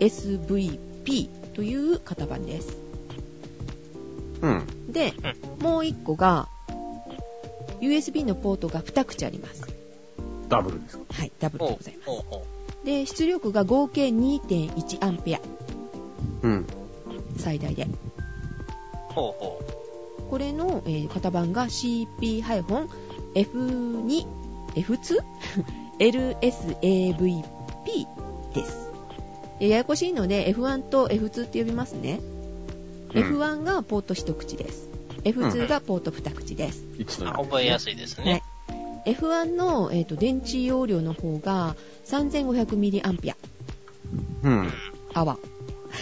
S1: CP-F1LSVP という型番です。
S3: うん。
S1: で、もう一個が、USB のポートが2口あります。
S3: ダブルですか。
S1: はい、ダブ
S2: あ。
S1: ルで
S2: ほ、
S1: ございうま
S2: ほう、ほ
S1: す。で、出力が合計2.1アンペア、
S3: うん。
S1: 最大で。
S2: う、ほう、ほ
S1: これの、えー型番が CP-F2、F2? LSAVP です。えややこしいので F1 と F2 って呼びますね。
S3: うん
S1: F1 がポート1口です。F2 がポート2口です。
S3: 一
S2: う。
S3: 度
S2: あ
S3: に。
S2: 覚えやすいですね。
S1: F1 の、えーと電池容量の方が 3500mAh。
S3: うん。パワ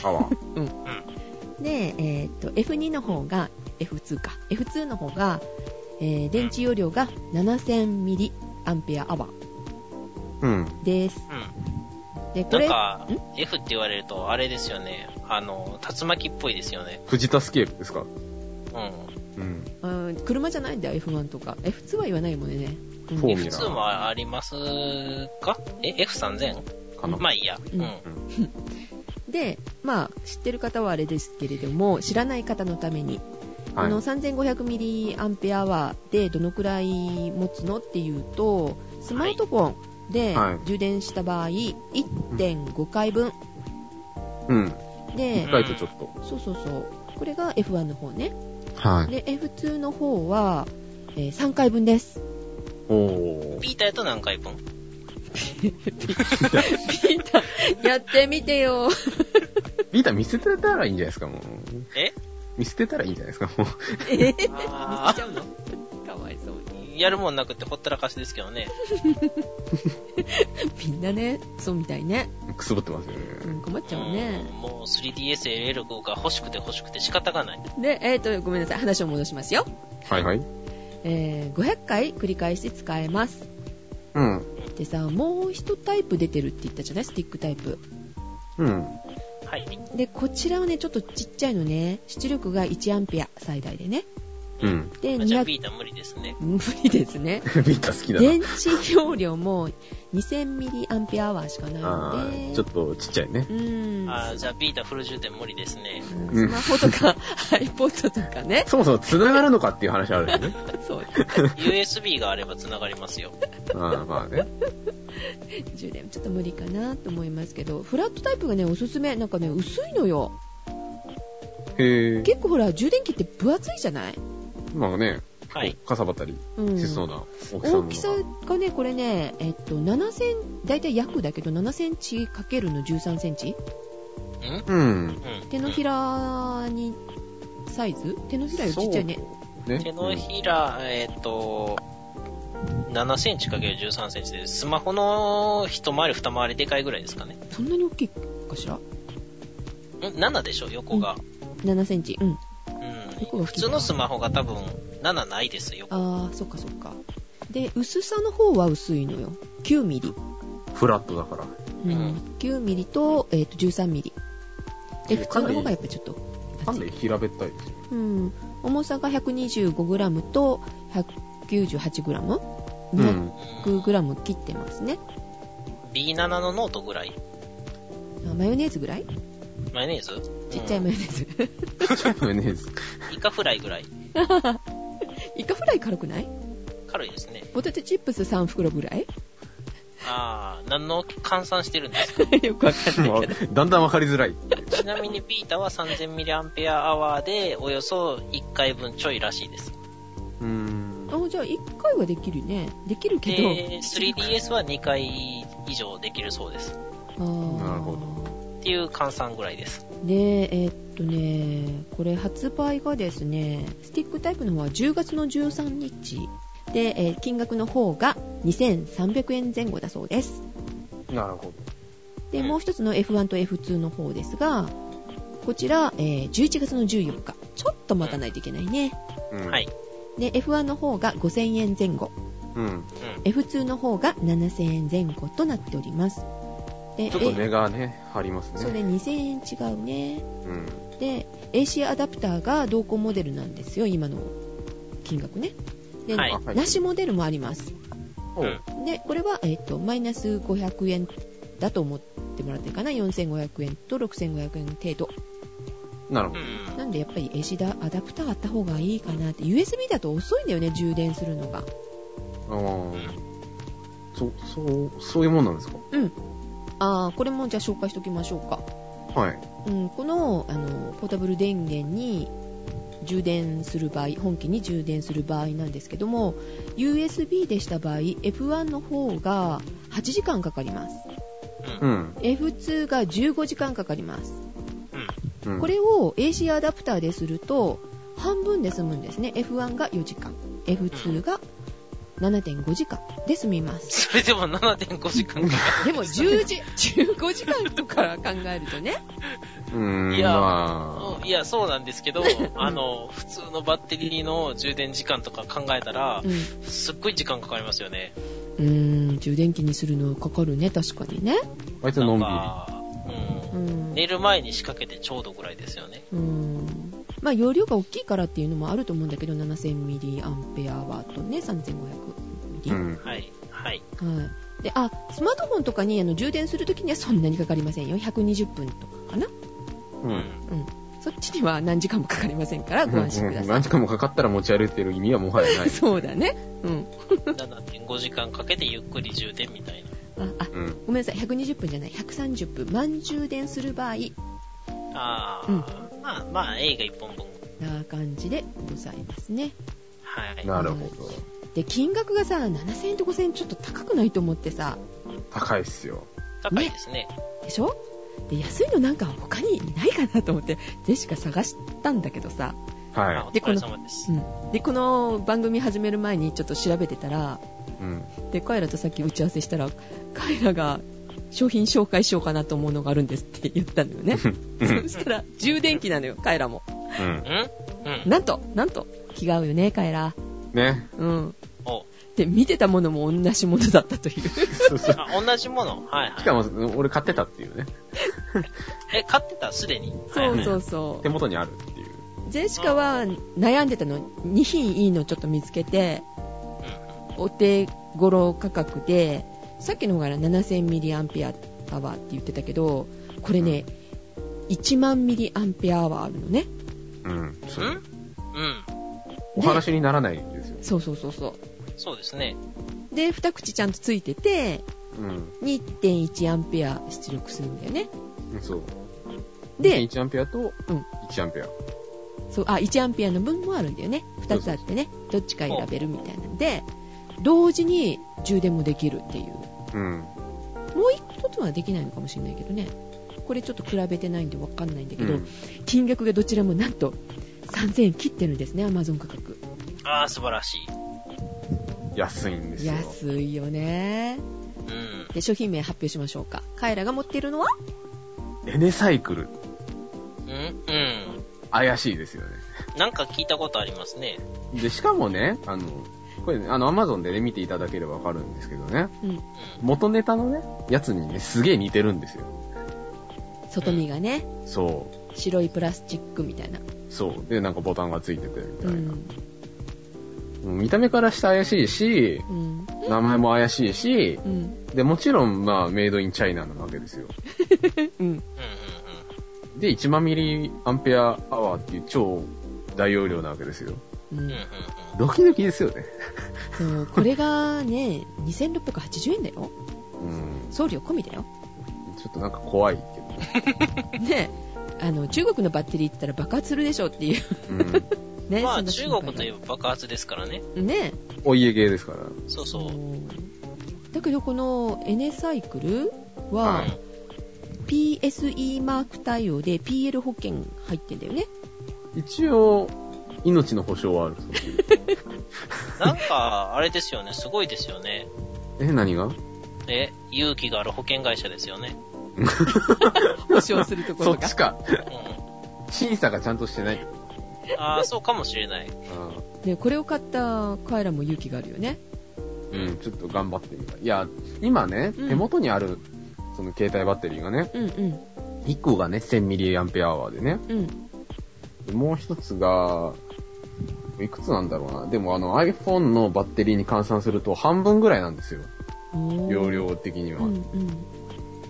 S3: ー。
S1: で、えーと F2 の方が F2 か。F2 の方が、えー電池容量が 7000mAh
S3: うん。
S1: です。
S2: うん。
S1: で、これ、
S2: なんか
S1: ん、
S2: F って言われると、あれですよね。あの、竜巻っぽいですよね。
S3: 藤田スケープです
S2: う
S3: か
S2: ん。
S3: うん。
S1: うん車じゃないんだよ、F1 とか。F2 は言わないもんね。うん
S3: フォーミュラ
S2: F2 もありますかえ、F3000?
S3: かな。
S2: まあいいや。
S1: うん
S2: うん。
S1: で、まあ、知ってる方はあれですけれども、知らない方のために、
S3: は
S1: あ
S3: い
S1: の 3500mAh でどのくらい持つのっていうと、スマートフォンで
S3: はい
S1: 充電した場合、1.5回分
S3: うん。
S1: で
S3: 一、回とちょっと。
S1: そうそうそう、これが F1 の方ね。
S3: はい。
S1: で、F2 の方は、えー3回分 です。
S3: おー。
S2: ビータやと何回分
S1: ピーター、やってみてよ。
S3: ビータ見捨てたらいいんじゃないですか、もう。
S2: え
S3: 見捨てたらいいんじゃないですか、もう。
S1: え
S2: あ
S1: ゃうの かわいそうに。
S2: ーやるもんなくてほったらかしですけどね。
S1: みんなね、そうみたいね。
S3: くすぶってますよ
S1: う
S3: ね。
S1: ん、困っちゃうね
S2: う。んもう 3DSLL が欲しくて欲しくて仕方がない。
S1: で、えっ、と、ごめんなさい。話を戻しますよ。
S3: はいはい。
S1: えー、500回繰り返して使えます。
S3: うん。
S1: でさ、もう一タイプ出てるって言ったじゃないスティックタイプ。
S3: うん。
S2: はい。
S1: で、こちらはね、ちょっとちっちゃいのね。出力が1アンペア最大でね。
S3: うん。
S1: で、
S2: じゃあ
S1: 200、
S2: ビータ無理ですね。
S1: 無理ですね。
S3: ビータ好きだな。
S1: 電池容量も 2000mAh しかない
S3: あ
S1: の
S3: ー
S1: で。
S3: ちょっとちっちゃいね。
S1: うーん。
S2: あーじゃあビータフル充電無理で すね。
S1: うんスマホとか iPod とかね。
S3: そもそも繋がるのかっていう話あ るよね。
S1: そう。
S2: USB があれば繋がりますよ。
S3: ああ、まあね。
S1: 充電ちょっと無理かなと思いますけどフラットタイプがねおすすめなんかね薄いのよ
S3: へえ。
S1: 結構ほら充電器って分厚いじゃない
S3: まあね。
S2: はい
S3: こうかさばったり
S1: うん
S3: しそうな大きさの
S1: 大
S3: も
S1: きさ
S3: のが
S1: がね、これね、えっと、7セン大体約だけど、7センチかけるの13センチ
S2: うん
S3: うん。
S2: うん
S1: 手のひらに、サイズ手のひらよりちっちゃいね。
S3: そう。ね。
S2: 手のひら、えっと、7センチ ×13 センチで、スマホの一回り二回りでかいぐらいですかね。
S1: そんなに大きいかしら
S2: ん ?7 でしょ、横が。
S1: ?7 センチ。うん。横
S2: う
S1: が大
S2: ん。普
S1: きいな
S2: 通のスマホが多分7ないですよ。
S1: あー、そっかそっか。で、薄さの方は薄いのよ。9ミリ。
S3: うんフラットだから。
S1: うん
S2: うん
S1: 9ミリと,、えー、と13ミリで
S3: え
S1: 普通の方がやっぱちょっと
S3: な
S1: 厚
S3: ん
S1: い
S3: で平べったいですよ。
S1: うん、重さが 125g と 198g
S3: うん。
S1: 100g 切ってますね、
S2: B7 のノートぐらい。
S1: あマヨネーズぐらい
S2: マヨネーズ
S1: ちっちゃいマヨネーズ、
S3: マヨ ネーズ。
S2: うんイカフライぐらい。
S1: イカフライ軽くない
S2: 軽いですね。
S1: ポテトチップス3袋ぐらい
S2: あー、何の換算してるんですか
S1: よくわかんないけど
S3: だんだんわかりづらい。
S2: ちなみにビータは 3000mAh でおよそ1回分ちょいらしいです。
S3: うん。
S1: あじゃあ1回はできるねできるけど、
S2: で、3DS は2回以上できるそうです。
S1: あー
S3: なるほ
S2: っていう換算ぐらいです。
S1: でえーっとねこれ発売がですねスティックタイプの方は10月の13日で、えー金額の方が2300円前後だそうです
S3: なるほ
S1: でもう一つの F1 と F2 の方ですがこちら、えー11月の14日ちょっと待たないといけないね
S3: ど。うん
S2: はい。
S1: で F1 の方が5000円前後
S3: うん。
S2: うん。
S1: F2 の方が7000円前後となっておりますで
S3: ちょっと
S1: え
S3: 目がね、張りますね。
S1: それ2000円違うね
S3: うん。
S1: で AC アダプターが同梱モデルなんですよ今の金額ねで、
S2: はい
S3: はい
S1: なしモデルもあります
S3: おう
S2: うん
S1: でこれは、えっとマイナス500円だと思ってもらっていいかな4500円と6500円程度
S3: なるほ
S2: う
S3: ど。
S2: ん。
S1: なんでやっぱり AC だアダプターあった方がいいかなって USB だと遅いんだよね充電するのが
S3: ああ。そ、そう、そういうもんなんですか
S1: ああこれもじゃあ紹介しておきましょうか
S3: はい。
S1: うん、このあのポータブル電源に充電する場合本機に充電する場合なんですけども USB でした場合 F1 の方が8時間かかります
S2: う。
S3: うんん。
S1: F2 が15時間かかります
S3: うん、
S1: これを AC アダプターですると半分で済むんですね F1 が4時間 F2 が7.5時間で済みます
S2: それでも7.5時間かか
S1: でも10時15時間とか考えるとね
S3: うん。
S2: いや
S3: ま
S2: る。いや、そうなんですけど、あの、普通のバッテリーの充電時間とか考えたら
S1: う、ん
S2: すっごい時間かかりますよね。
S1: うーん充電器にするのかかるね確かにね
S3: あ、あいつは
S2: な
S3: の
S2: ん
S3: んび
S2: か、
S1: う
S2: うん。
S1: ん
S2: 寝る前に仕掛けてちょうどぐらいですよね。
S1: うんまあ容量が大きいからっていうのもあると思うんだけど 7000mAh とね 3500mAh、
S3: り。うん。
S2: はい。はい。
S1: はい、であスマートフォンとかにあの充電するときにはそんなにかかりませんよ120分とかかな
S3: う。
S2: うんん。
S1: そっちには何時間もかかりませんからご安心ください、。
S3: 何時間もかかったら持ち歩いてる意味はもはやない
S1: そうだねうん
S2: 7.5時間かけてゆっくり充電みたい
S1: ああ
S3: うん。
S1: ごめんなさい120分じゃない130分満充電する場合
S2: な。あー。まあ、まあ、映画1本分。
S1: な感じでございますね
S2: はい。
S3: なるほど。
S1: で金額がさ7000円と5000円ちょっと高くないと思ってさ
S3: 高いっすよ。
S2: 高いですね。
S1: でしょで安いのなんか他にないかなと思ってジェシカ探したんだけどさ、
S2: まあ
S3: は
S2: お疲れ様です。
S1: うん、でこの番組始める前にちょっと調べてたら
S3: い。うん。
S1: でカイラとさっき打ち合わせしたらカイラが商品紹介しようかなと思うのがあるんですって言ったのよ ねそしたら充電器なのよカイラも
S3: うん
S2: う。んうん。
S1: なんとなんと気が合うよねカイラ
S3: ね。
S1: うん
S2: お
S1: で見てたものも同じものだった という
S3: そうそう
S2: あ、同じものはい
S3: し
S2: は
S3: か
S2: い。
S3: も、俺買ってたっていうね。
S2: え、買ってたすでに。はい
S1: そ
S2: は
S1: う
S2: い
S1: そうそ
S3: 手元にあるっていう。
S1: うジェシカは悩んでたの2品いいのちょっと見つけて
S2: うん
S1: お手頃価格でさっきの方から 7000mAh って言ってたけどこれね、1万 mAh あるのね
S3: うん。そうう
S2: う
S3: ん
S2: ん。
S3: お話にならないんですよ。
S1: そうそうそうそう
S2: そうですね。
S1: で2口ちゃんとついてて
S3: うん。
S1: 2.1A 出力するんだよね
S3: そう。
S1: で
S3: 1アンペアと
S1: うん
S3: 1アンペア。
S1: そうあ 1A の分もあるんだよね2つあってねどっちか選べるみたいなんで同時に充電もできるっていう
S3: うん。
S1: もう一つはできないのかもしれないけどねこれちょっと比べてないんで分かんないんだけ
S3: う
S1: ど、
S3: ん。
S1: 金額がどちらもなんと3000円切ってるんですねアマゾン価格
S2: ああ、素晴らしい。
S3: 安いんですよ。
S1: 安いよね
S2: うん。
S1: で商品名発表しましょうかカエラが持っているのは
S3: エネサイクル、
S2: うんうん。
S3: 怪しいですよね。
S2: なんか聞いたことありますね。
S3: で、しかもね、あの、これね、あの、アマゾンでね、見ていただければわかるんですけどね、
S1: うん
S2: う
S3: 元ネタのね、やつにね、すげえ似てるんですよ。
S1: 外見がね
S3: そ
S1: 白いプラスチックみたいな、
S3: う。そう。で、なんかボタンがついてて、み
S1: う
S3: たい
S1: ん
S3: な。うん見た目からして怪しいし、
S1: うん
S3: 名前も怪しいし、
S1: うん
S3: で、もちろん、まあ、メイドインチャイナなわけですよ。
S1: うん
S2: ん。うんうん
S3: で、1万ミリアンペアアワーっていう超大容量なわけですよ。
S1: う
S2: うん。うんうん
S1: ん
S2: うん。
S3: ドキドキですよね。
S1: そうこれがね2680円だよ
S3: うん。
S1: 送料込みだよ
S3: ちょっとなんか怖いけどね。
S1: ねあの中国のバッテリーって言ったら爆発するでしょっていう
S3: うん。
S1: ねそ
S2: まあ、
S1: んな
S2: 中
S1: 心配が
S2: 国といえば爆発ですからね。
S1: ね
S3: お家芸ですから。
S2: そうそう。うん。
S1: だけどこのエネサイクルは
S3: はい
S1: PSE マーク対応で PL 保険入ってんだよね
S3: 一応、命の保証はあるそうです。
S2: なんか、あれですよね。すごいですよね。
S3: え、何が
S2: え、勇気がある保険会社ですよね。
S1: 保証するとこ
S3: そ
S1: ろ
S3: っ
S1: が
S3: ちか。
S2: うん。
S3: 審査がちゃんとしてない。
S2: ああ、そうかもしれない。
S3: あ
S1: ねこれを買ったカエラも勇気があるよね
S3: ーうん、ちょっと頑張ってみたい。いや、今ね、
S1: うん
S3: 手元にある、その携帯バッテリーがね、
S1: うんうん
S3: 1個がね、1000mAh でね、
S1: うん
S3: でもう一つが、いくつなんだろうな。でもあの iPhone のバッテリーに換算すると半分ぐらいなんですよ。
S1: おー
S3: 容量的には。
S1: うんうん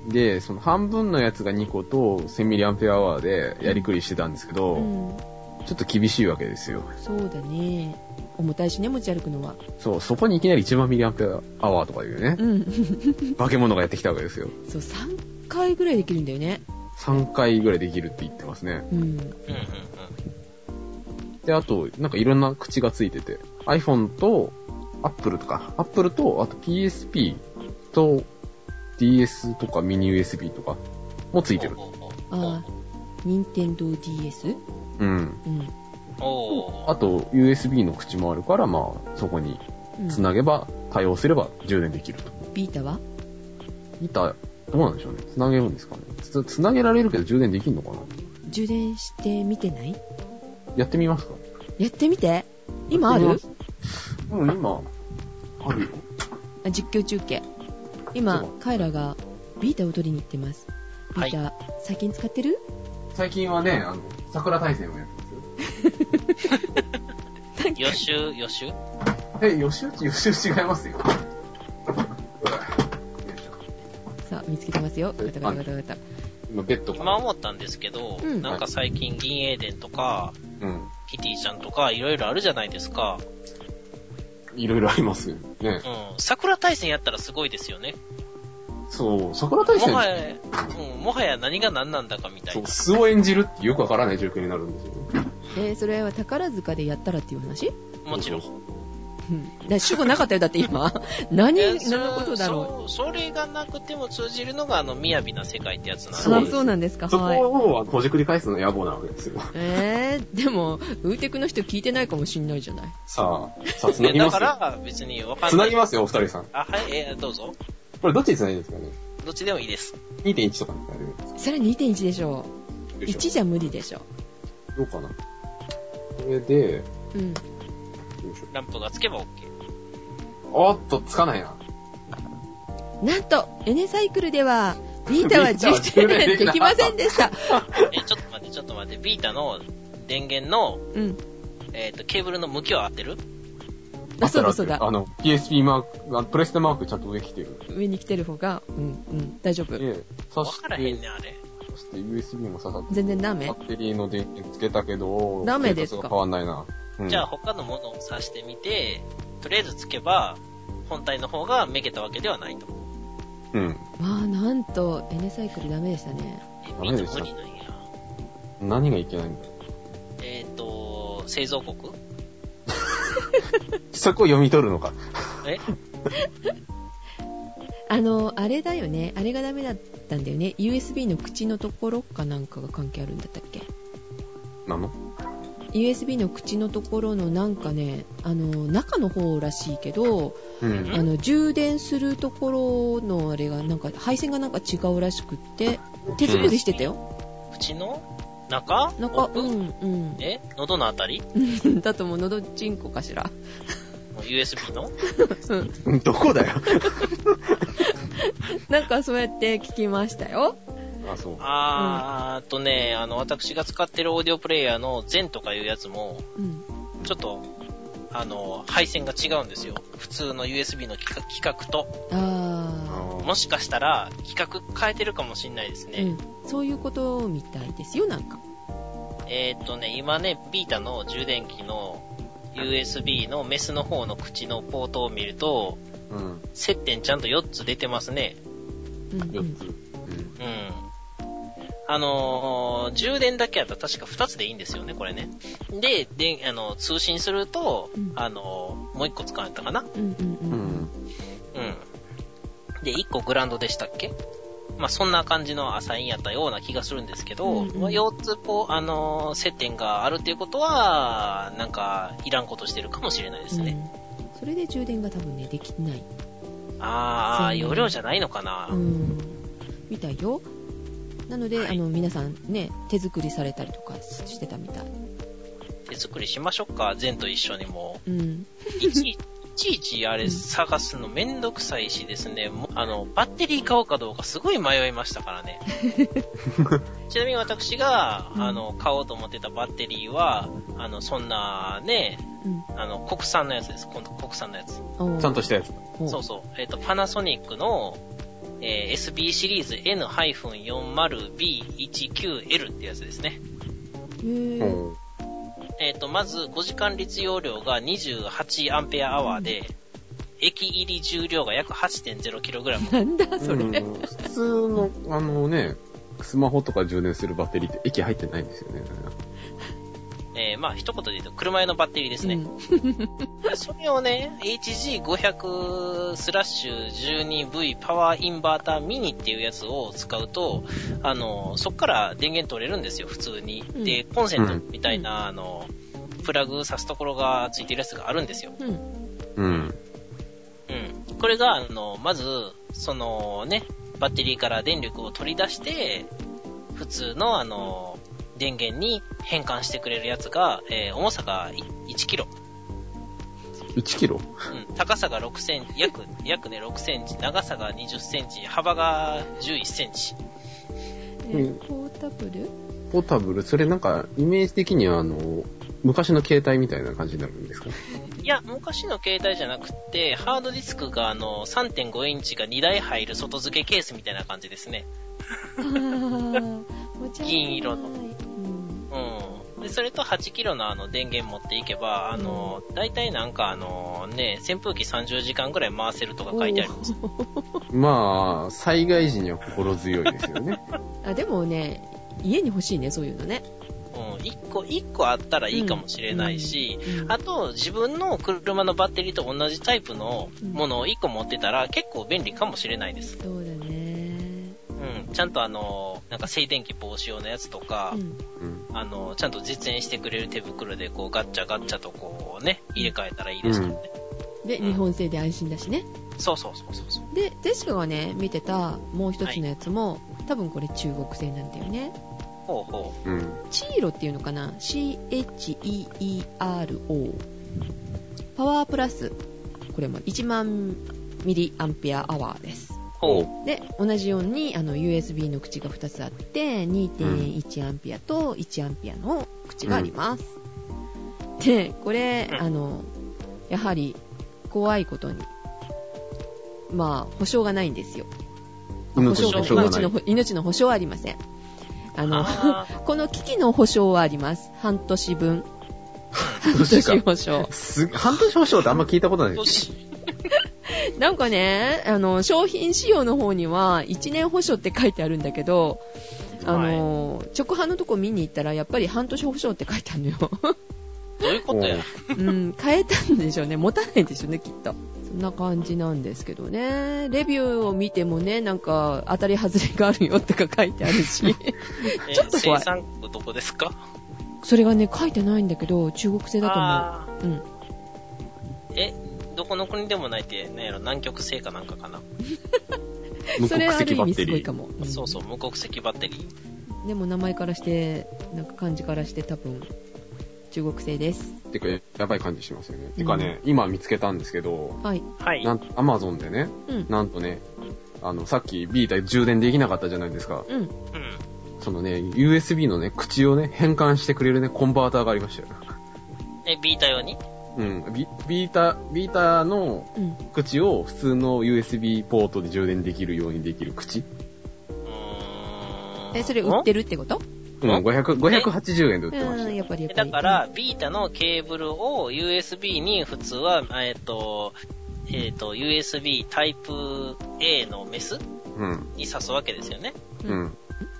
S3: で、その半分のやつが2個と 1000mAh でやりくりしてたんですけど、
S1: うん
S3: ちょっと厳しいわけですよ。
S1: そうだね重たいしね持ち歩くのは
S3: そう、そこにいきなり1万 mAh とかいうね、
S1: うん
S3: 化け物がやってきたわけですよ。
S1: そう3回ぐらいできるんだよね
S3: 3回ぐらいできるって言ってますね。
S1: うん
S2: うんうんうん。
S3: で、あと、なんかいろんな口がついてて、iPhone と Apple とか、Apple と、あと PSP と DS とか miniUSB とかもついてる。
S2: おうおう
S1: あ任天堂 d s
S3: うん。
S1: うん
S2: おうおう。
S3: あと、USB の口もあるから、まあ、そこに
S1: うん
S3: 繋げば、対応すれば充電できると。
S1: ビータは
S3: ギター、どうなんでしょうね。繋げるんですかね。つ、繋げられるけど充電できるのかな
S1: 充電してみてない
S3: やってみますか
S1: やってみて今あ
S3: や
S1: る
S3: ってみますうん、今、あるよ。
S1: あ実況中継今カイラがビータを取りに行ってますビータ、最近使ってる
S3: 最近はね、あの、桜大戦をやってますよ。
S2: 予習、予習
S3: え、予習予習違いますよ。
S1: さあ見つけてますよガタガタガタガタ
S3: 今、ベッドか
S2: 今
S3: な。
S2: 思ったんですけど、
S1: うん
S2: なんか最近銀英伝とか、
S3: うん。
S2: キティちゃんとか、いろいろあるじゃないですか。
S3: いろいろありますよね。
S2: うん。桜大戦やったらすごいですよね。
S3: そう、桜大
S2: もは
S3: 戦、
S2: や、うん、もはや何が何なんだかみた
S3: そ、
S2: いうな。
S3: 素を演じるってよくわからない状況になるんですよ。
S1: えーそれは宝塚でやったらっていう話
S2: もちろん。
S1: うんだから主語なかったよだって 今何
S2: えーそ
S1: 何のことだろ
S2: そそれがなくても通じるのが、あの、雅な世界ってやつなん
S1: う
S2: で。
S3: そう
S1: あそうなんですか
S3: そ
S1: はい
S3: こをほじくり返すの野望なわけですよ。
S1: えー、でも、ウーテクの人聞いてないかもしんないじゃない。
S3: さ あ、さあ、
S2: え
S3: 繋ぎ
S2: だ
S3: ま
S2: か
S3: すよ。
S2: ら、別にわかんな
S3: 繋
S2: い
S3: ぎ。ますよ、お二人さん。
S2: あ、はい、えーどうぞ。
S3: これどっちに繋いでるんですかね
S2: どっちでもいいです。
S3: ?2.1 とかになるんです
S1: それ2.1でしょう。
S3: よいしょ
S1: 1じゃ無理でしょ
S3: どうかなこれで、よ
S1: う。うん。
S3: いし
S2: ランプがつけば OK。
S3: ょおっと、つかないな。
S1: なんと、エネサイクルでは、ビータは充電できませんでした。
S2: えーちょっと待って、ちょっと待って。ビータの電源の、
S1: うん。
S2: えっ、と、ケーブルの向きは合ってる
S1: あ、そうだそうだ。
S3: あの、PSP マーク、あプレステマークちゃんと上来てる。
S1: 上に来てる方が、うん、うん、大丈夫。
S3: で、
S2: わ
S3: 刺し
S2: からへん
S3: て、
S2: ねん、あれ。
S3: そして USB も刺さって、
S1: 全然ダ
S3: バ
S1: メ
S3: ッテリーの電源つけたけど、
S1: ダメですか
S3: 生活が変わんないな。うん
S2: じゃあ、他のものを挿してみて、とりあえずつけば、本体の方がめげたわけではないと。
S3: うん。
S1: まあ、なんと、エネサイクルダメでしたね。
S2: え
S3: ダ
S2: ビ
S3: メで
S2: ータ
S3: した
S2: 無理なんや。
S3: 何がいけないんだろ
S2: えっ、と、製造国
S3: そこを読み取るのか。
S2: え
S1: あの、あれだよね。あれがダメだったんだよね。USB の口のところかなんかが関係あるんだったっけ
S3: なの
S1: ?USB の口のところのなんかね、あの、中の方らしいけど、
S3: うん。
S1: あの、充電するところのあれがなんか、配線がなんか違うらしくって、手作りしてたよ。
S2: 口の中
S1: 中、
S2: 奥
S1: うん、うん。
S2: え喉のあたり
S1: だともう、のどちんこかしら。
S2: ?USB の
S1: うん
S3: うんどこ だよ。
S1: なんかそうやって聞きましたよ。
S3: あ、そう。
S2: あーっとね、あの、私が使ってるオーディオプレイヤーの全とかいうやつも、
S1: うん。
S2: ちょっと、あの、配線が違うんですよ。普通の USB の規格規格と。
S1: あ
S2: もしかしたら、規格変えてるかもしんないです
S1: ー、う
S2: ね
S1: ん。。そういうことみたいですよ、なんか。
S2: えーっとね、今ね、ビータの充電器の USB のメスの方の口のポートを見ると、
S3: うん。
S2: 接点ちゃんと4つ出てますね。
S1: うん、う
S3: 4
S1: ん
S3: つ。。うん。
S2: うん。あのー充電だけやったら確か2つでいいんですよね、これね。で、で、あの、通信すると、
S1: うん
S2: あのーもう1個使われたかな。
S1: うん、うん、う。
S3: うんん。
S2: うん。で、1個グランドでしたっけまあ、そんな感じのアサインやったような気がするんですけど、
S1: うんうん
S2: まあ4つこう、あのー接点があるっていうことは、なんか、いらんことしてるかもしれないですね。
S1: うんそれで充電が多分ねできない、
S2: あー、
S1: そう
S2: 容量じゃないのかな。
S1: うん、みたいよなので、
S2: はい
S1: あの皆さんね手作りされたりとかしてたみたい、
S2: 手作りしましょうか、全と一緒にもう。
S1: うん、
S2: いちいちいちあれ探すのめんどくさいしですね、もうあの、バッテリー買おうかどうかすごい迷いましたか らね。ちなみに私が、あの、買おうと思ってたバッテリーは、あの、そんなね、
S1: うん
S2: あの、国産のやつです。今度国産のやつ。
S1: おう
S3: ちゃんとしたやつ。
S1: おう
S2: そうそう。えっ、と、パナソニックの、えー SB シリーズ N-40B19L ってやつですね。
S1: へえ
S3: うん。
S2: えっ、と、まず5時間率容量が 28Ah で、液入り重量が約 8.0kg。
S1: なんだ それ、
S3: うん普通の、あのね、スマホとか充電するバッテリーって液入ってないんですよね。
S2: えー、まあ、一言で言うと、車用のバッテリーですね。それをね、HG500 スラッシュ 12V パワーインバーターミニっていうやつを使うと、あの、そっから電源取れるんですよ、普通に。
S1: うん
S2: で、コンセント
S3: うん
S2: みたいな、あの、プラグ挿すところがついてるやつがあるんですよ。
S1: うんうん
S3: うん。
S2: うん。これが、あの、まず、そのね、バッテリーから電力を取り出して、普通の、あの、電源に変換してくれるやつが、えー重さが1キロ、
S3: 1キロ
S2: うん、高さが6センチ、約、約ね、6センチ、長さが20センチ、幅が11センチ。
S1: え
S3: うん
S1: ポータブ ル
S3: ポータブル、それなんか、イメージ的にはあの、昔の携帯みたいな感じになるんですかね。
S2: いや、昔の携帯じゃなくて、ハードディスクが、あの、3.5インチが2台入る外付けケースみたいな感じですね。
S1: あー持ち歩かない
S2: 銀色の
S1: うん
S2: うん。で、それと8キロのあの電源持っていけば、あの、大体なんかあの、ね、扇風機30時間ぐらい回せるとか書いてあります。
S3: まあ、災害時には心強いですよね。
S1: あでもね家に欲しいねそういうのね、
S2: うん。1個、一個あったらいいかもしれないし、
S1: うん
S2: あと、自分の車のバッテリーと同じタイプのものを1個持ってたら結構便利かもしれないです。
S1: そうだね
S2: うん。ちゃんとあの、なんか静電気防止用のやつとか、
S1: うん
S3: うん。
S2: あの、ちゃんと実演してくれる手袋でこうガッチャガッチャとこうね、入れ替えたらいいですからね。
S1: で日本製で安心だしね
S2: そうそうそうそうそう。
S1: でジェシカがね見てたもう一つのやつも、多分これ中国製なんだよね
S2: ほうほう。
S3: うん。
S1: チーロっていうのかな CHEERO パワープラスこれも1万ミリアンペアアワーです
S2: ほう。
S1: で同じようにあの USB の口が2つあって2.1アンペアと1アンペアの口があります、でこれ
S2: うん
S1: あのやはり怖いことにまあ保証がないんですよ保
S3: 命
S1: 証
S3: の
S1: が
S3: 保
S1: ない
S3: 証が
S1: 命
S3: な
S1: の保命の
S3: い。
S1: 保証はありませんあの
S2: あー
S1: この機器の保証はあります半年分半
S3: 年
S1: 年
S3: か
S1: 保証
S3: す半年保証ってあんま聞いたことない
S2: よ
S3: です。
S2: し。
S1: なんかねあの商品仕様の方には1年保証って書いてあるんだけど あの、直販のとこ見に行ったらやっぱり半年保証って書いてあるのよ
S2: どういうことや。
S1: うん、変えたんでしょうね。持たないでしょうね、きっと。そんな感じなんですけどね。レビューを見てもね、なんか、当たり外れがあるよとか書いてあるし。
S2: え
S1: ちょっと怖い
S2: 生産国どこですか
S1: それがね、書いてないんだけど、中国製だ
S2: あ
S1: と思う。
S2: ーえ、どこの国でもないって、なんやろ、南極製かなんかかな。
S1: う
S3: 無
S1: ん。それ
S3: 国
S1: はある
S3: 籍
S1: 意
S3: バ
S1: 味
S3: ッテ
S1: すご
S3: リ
S1: いか
S3: ー。
S1: も。ん
S2: そうそう、無国籍バッテリー。
S1: でも名前からして、なんか漢字からして多分、中国製です。
S3: てか、やばい感じしますよね。てかね、今見つけたんですけど、
S1: はい。
S2: はい。
S3: なんと、アマゾンでね、
S1: うん。
S3: なんとね、あの、さっきビータ充電できなかったじゃないですか。
S1: うん。
S2: うん。
S3: そのね、USB のね、口をね、変換してくれるね、コンバーターがありましたよ。
S2: え、ビータ用に
S3: うん。ビビータ、ビータの
S1: うん。
S3: 口を普通の USB ポートで充電できるようにできる口。
S2: うーん
S1: え、それ売ってるってこと
S3: うん、500 580円で売っ
S1: う
S3: てました
S1: ん、
S3: よ。
S1: やっぱりやっ
S2: え
S1: ぱ
S2: だ
S1: り。
S2: から、ビータのケーブルを USB に普通は、えっ、と、えっ、と、USB タイプ A のメス
S3: うん。
S2: に刺すわけですよね。
S1: う。
S3: うんん。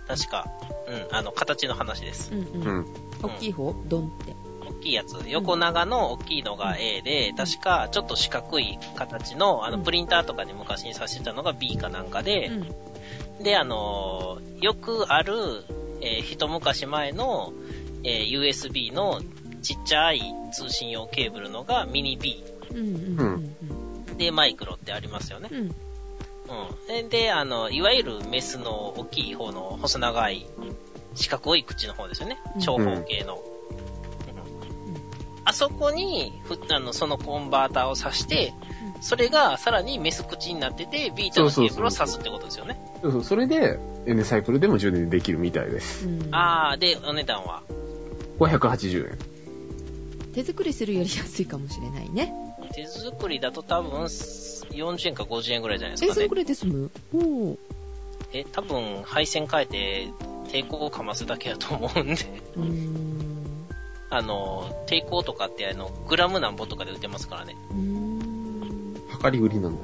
S2: 確か。うん、あの、形の話です
S1: う。ん。
S3: う
S1: うんん。。大きい方ドンって。
S2: 大きいやつ。横長の大きいのが A で、確かちょっと四角い形の、あ
S1: う
S2: の、
S1: ん
S2: プリンターとかに昔に刺してたのが B かなんかで、
S1: うん。
S2: で、あのーよくある、えー一昔前の、えー USB のちっちゃい通信用ケーブルのがミニ B
S1: うん。うん。うん。
S2: でマイクロってありますよね。
S1: うん。
S2: うん。でで、あの、いわゆるメスの大きい方の細長い四角い口の方ですよね
S1: う。ん
S2: 長方形の。うんあそこに、ふあの、そのコンバーターを挿して、それがさらにメス口になってて、ビータのケーブルを挿すってことですよね。
S3: そうそう、それで、N サイクルでも充電できるみたいです。
S1: うん。
S2: あー、で、お値段は。
S3: 580円。
S1: 手作りするより安いかもしれないね。
S2: 手作りだと多分、40円か50円ぐらいじゃないで
S1: え、
S2: すか
S1: それ
S2: ね
S1: く。らいで済むおー
S2: え、多分、配線変えて、抵抗をかますだけだと思うんで。
S1: うーん。
S2: あの、抵抗とかって、あの、グラムなんぼとかで売ってますからね。
S1: うーん。
S3: 量り売りなんだ。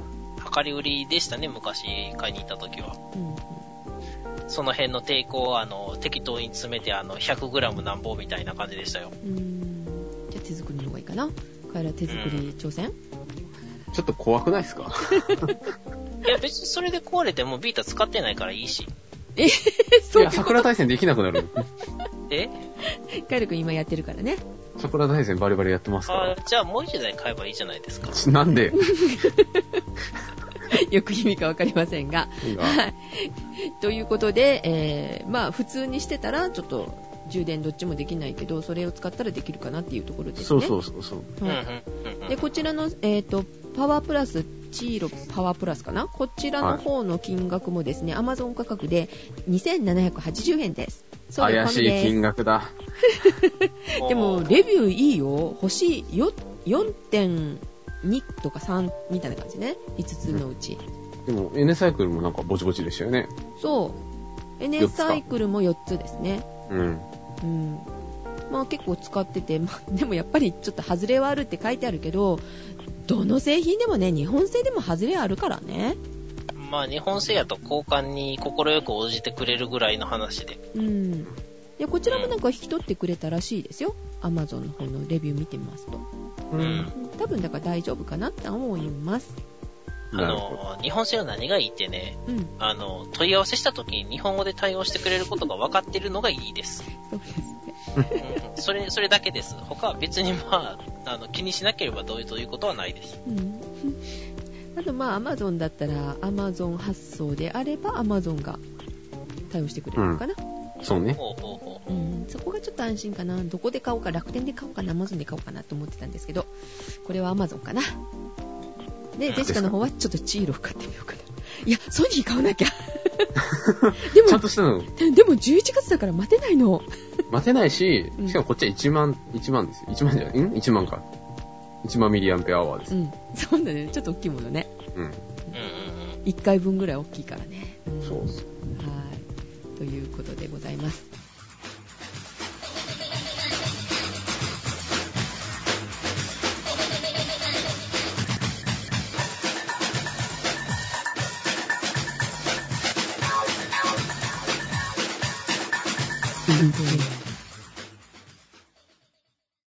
S2: 量り売りでしたね、昔買いに行った時は。
S1: うん
S2: その辺の抵抗を、あの、適当に詰めて、あの、100g なんぼみたいな感じでしたよ。
S1: うーん。じゃあ手作りの方がいいかな。カエラ手作り挑戦
S3: ちょっと怖くないですか
S2: いや、別にそれで壊れてもビータ使ってないからいいし。
S1: え、
S3: い
S1: そう
S3: や、。桜大戦できなくなる。
S2: え
S1: カエラくん今やってるからね。
S3: 桜大戦バリバリやってますか
S2: あ
S3: ら。
S2: じゃあもう一台買えばいいじゃないですか。
S3: ちなんで、
S1: よく意味かわかりませんが。はい。ということで、えー、まあ普通にしてたらちょっと充電どっちもできないけど、それを使ったらできるかなっていうところですね。
S3: そうそうそうそう。
S2: うんうん
S1: はい
S2: うんう
S1: で、
S2: ん。
S1: こちらの、えっ、と、パワープラス、チーロパワープラスかなこちらの方の金額もですね、Amazon 価格で2780円です。送料
S3: 怪
S1: 込
S3: し
S1: み
S3: い
S1: です
S3: 金額だ。
S1: でも、
S2: う
S1: レビューいいよ。星よ4.2とか3みたいな感じね。5つのうち。
S3: でも、N サイクルもなんかぼちぼちでしたよね。
S1: そう。
S3: 四
S1: NS
S3: つか
S1: サイクルも4つですね。
S3: うん。
S1: うん。まあ結構使ってて、まあ でもやっぱりちょっと外れはあるって書いてあるけど、どの製品でもね、日本製でも外れあるからね。
S2: まあ、日本製やと交換に快く応じてくれるぐらいの話で。
S1: うん。で、こちらもなんか引き取ってくれたらしいですよ。Amazon の方のレビュー見てみますと。
S2: う
S3: う。
S2: んん。
S1: 多分だから大丈夫かなって思います。
S2: あ
S3: なるほど。
S2: の、日本製は何がいいってね、
S1: うん。
S2: あの、問い合わせした時に日本語で対応してくれることが分かってるのがいいです。
S1: そうですね。
S2: うんそれ、それだけです。他は別にまあ、あの、気にしなければどういうということはないです。
S1: うん。 あとまあ Amazon だったら Amazon 発送であれば Amazon が対応してくれるのかな。
S3: そうね。
S2: ほうほうほう。
S1: うん、そこがちょっと安心かな。どこで買おうか、楽天で買おうかな、Amazon で買おうかなと思ってたんですけど、これは Amazon かな。で、
S2: うん
S1: デシカの方はちょっとチーロを買ってみようかな。いや、ソニー買わなきゃ。 で
S3: ちゃん
S1: も、
S3: としたの
S1: でも11月だから待てないの。
S3: 待てないし
S1: う、ん
S3: しかもこっちは1万、1万ですよ。1万じゃないん ?1 万か。1万ミリアンペアアワーで
S1: う
S3: す。
S1: ん。そうだね。ちょっと大きいものね。
S3: うん。
S2: うんうん
S1: 1回分ぐらい大きいからね。うん
S3: そうそう。
S1: はい。ということでございます。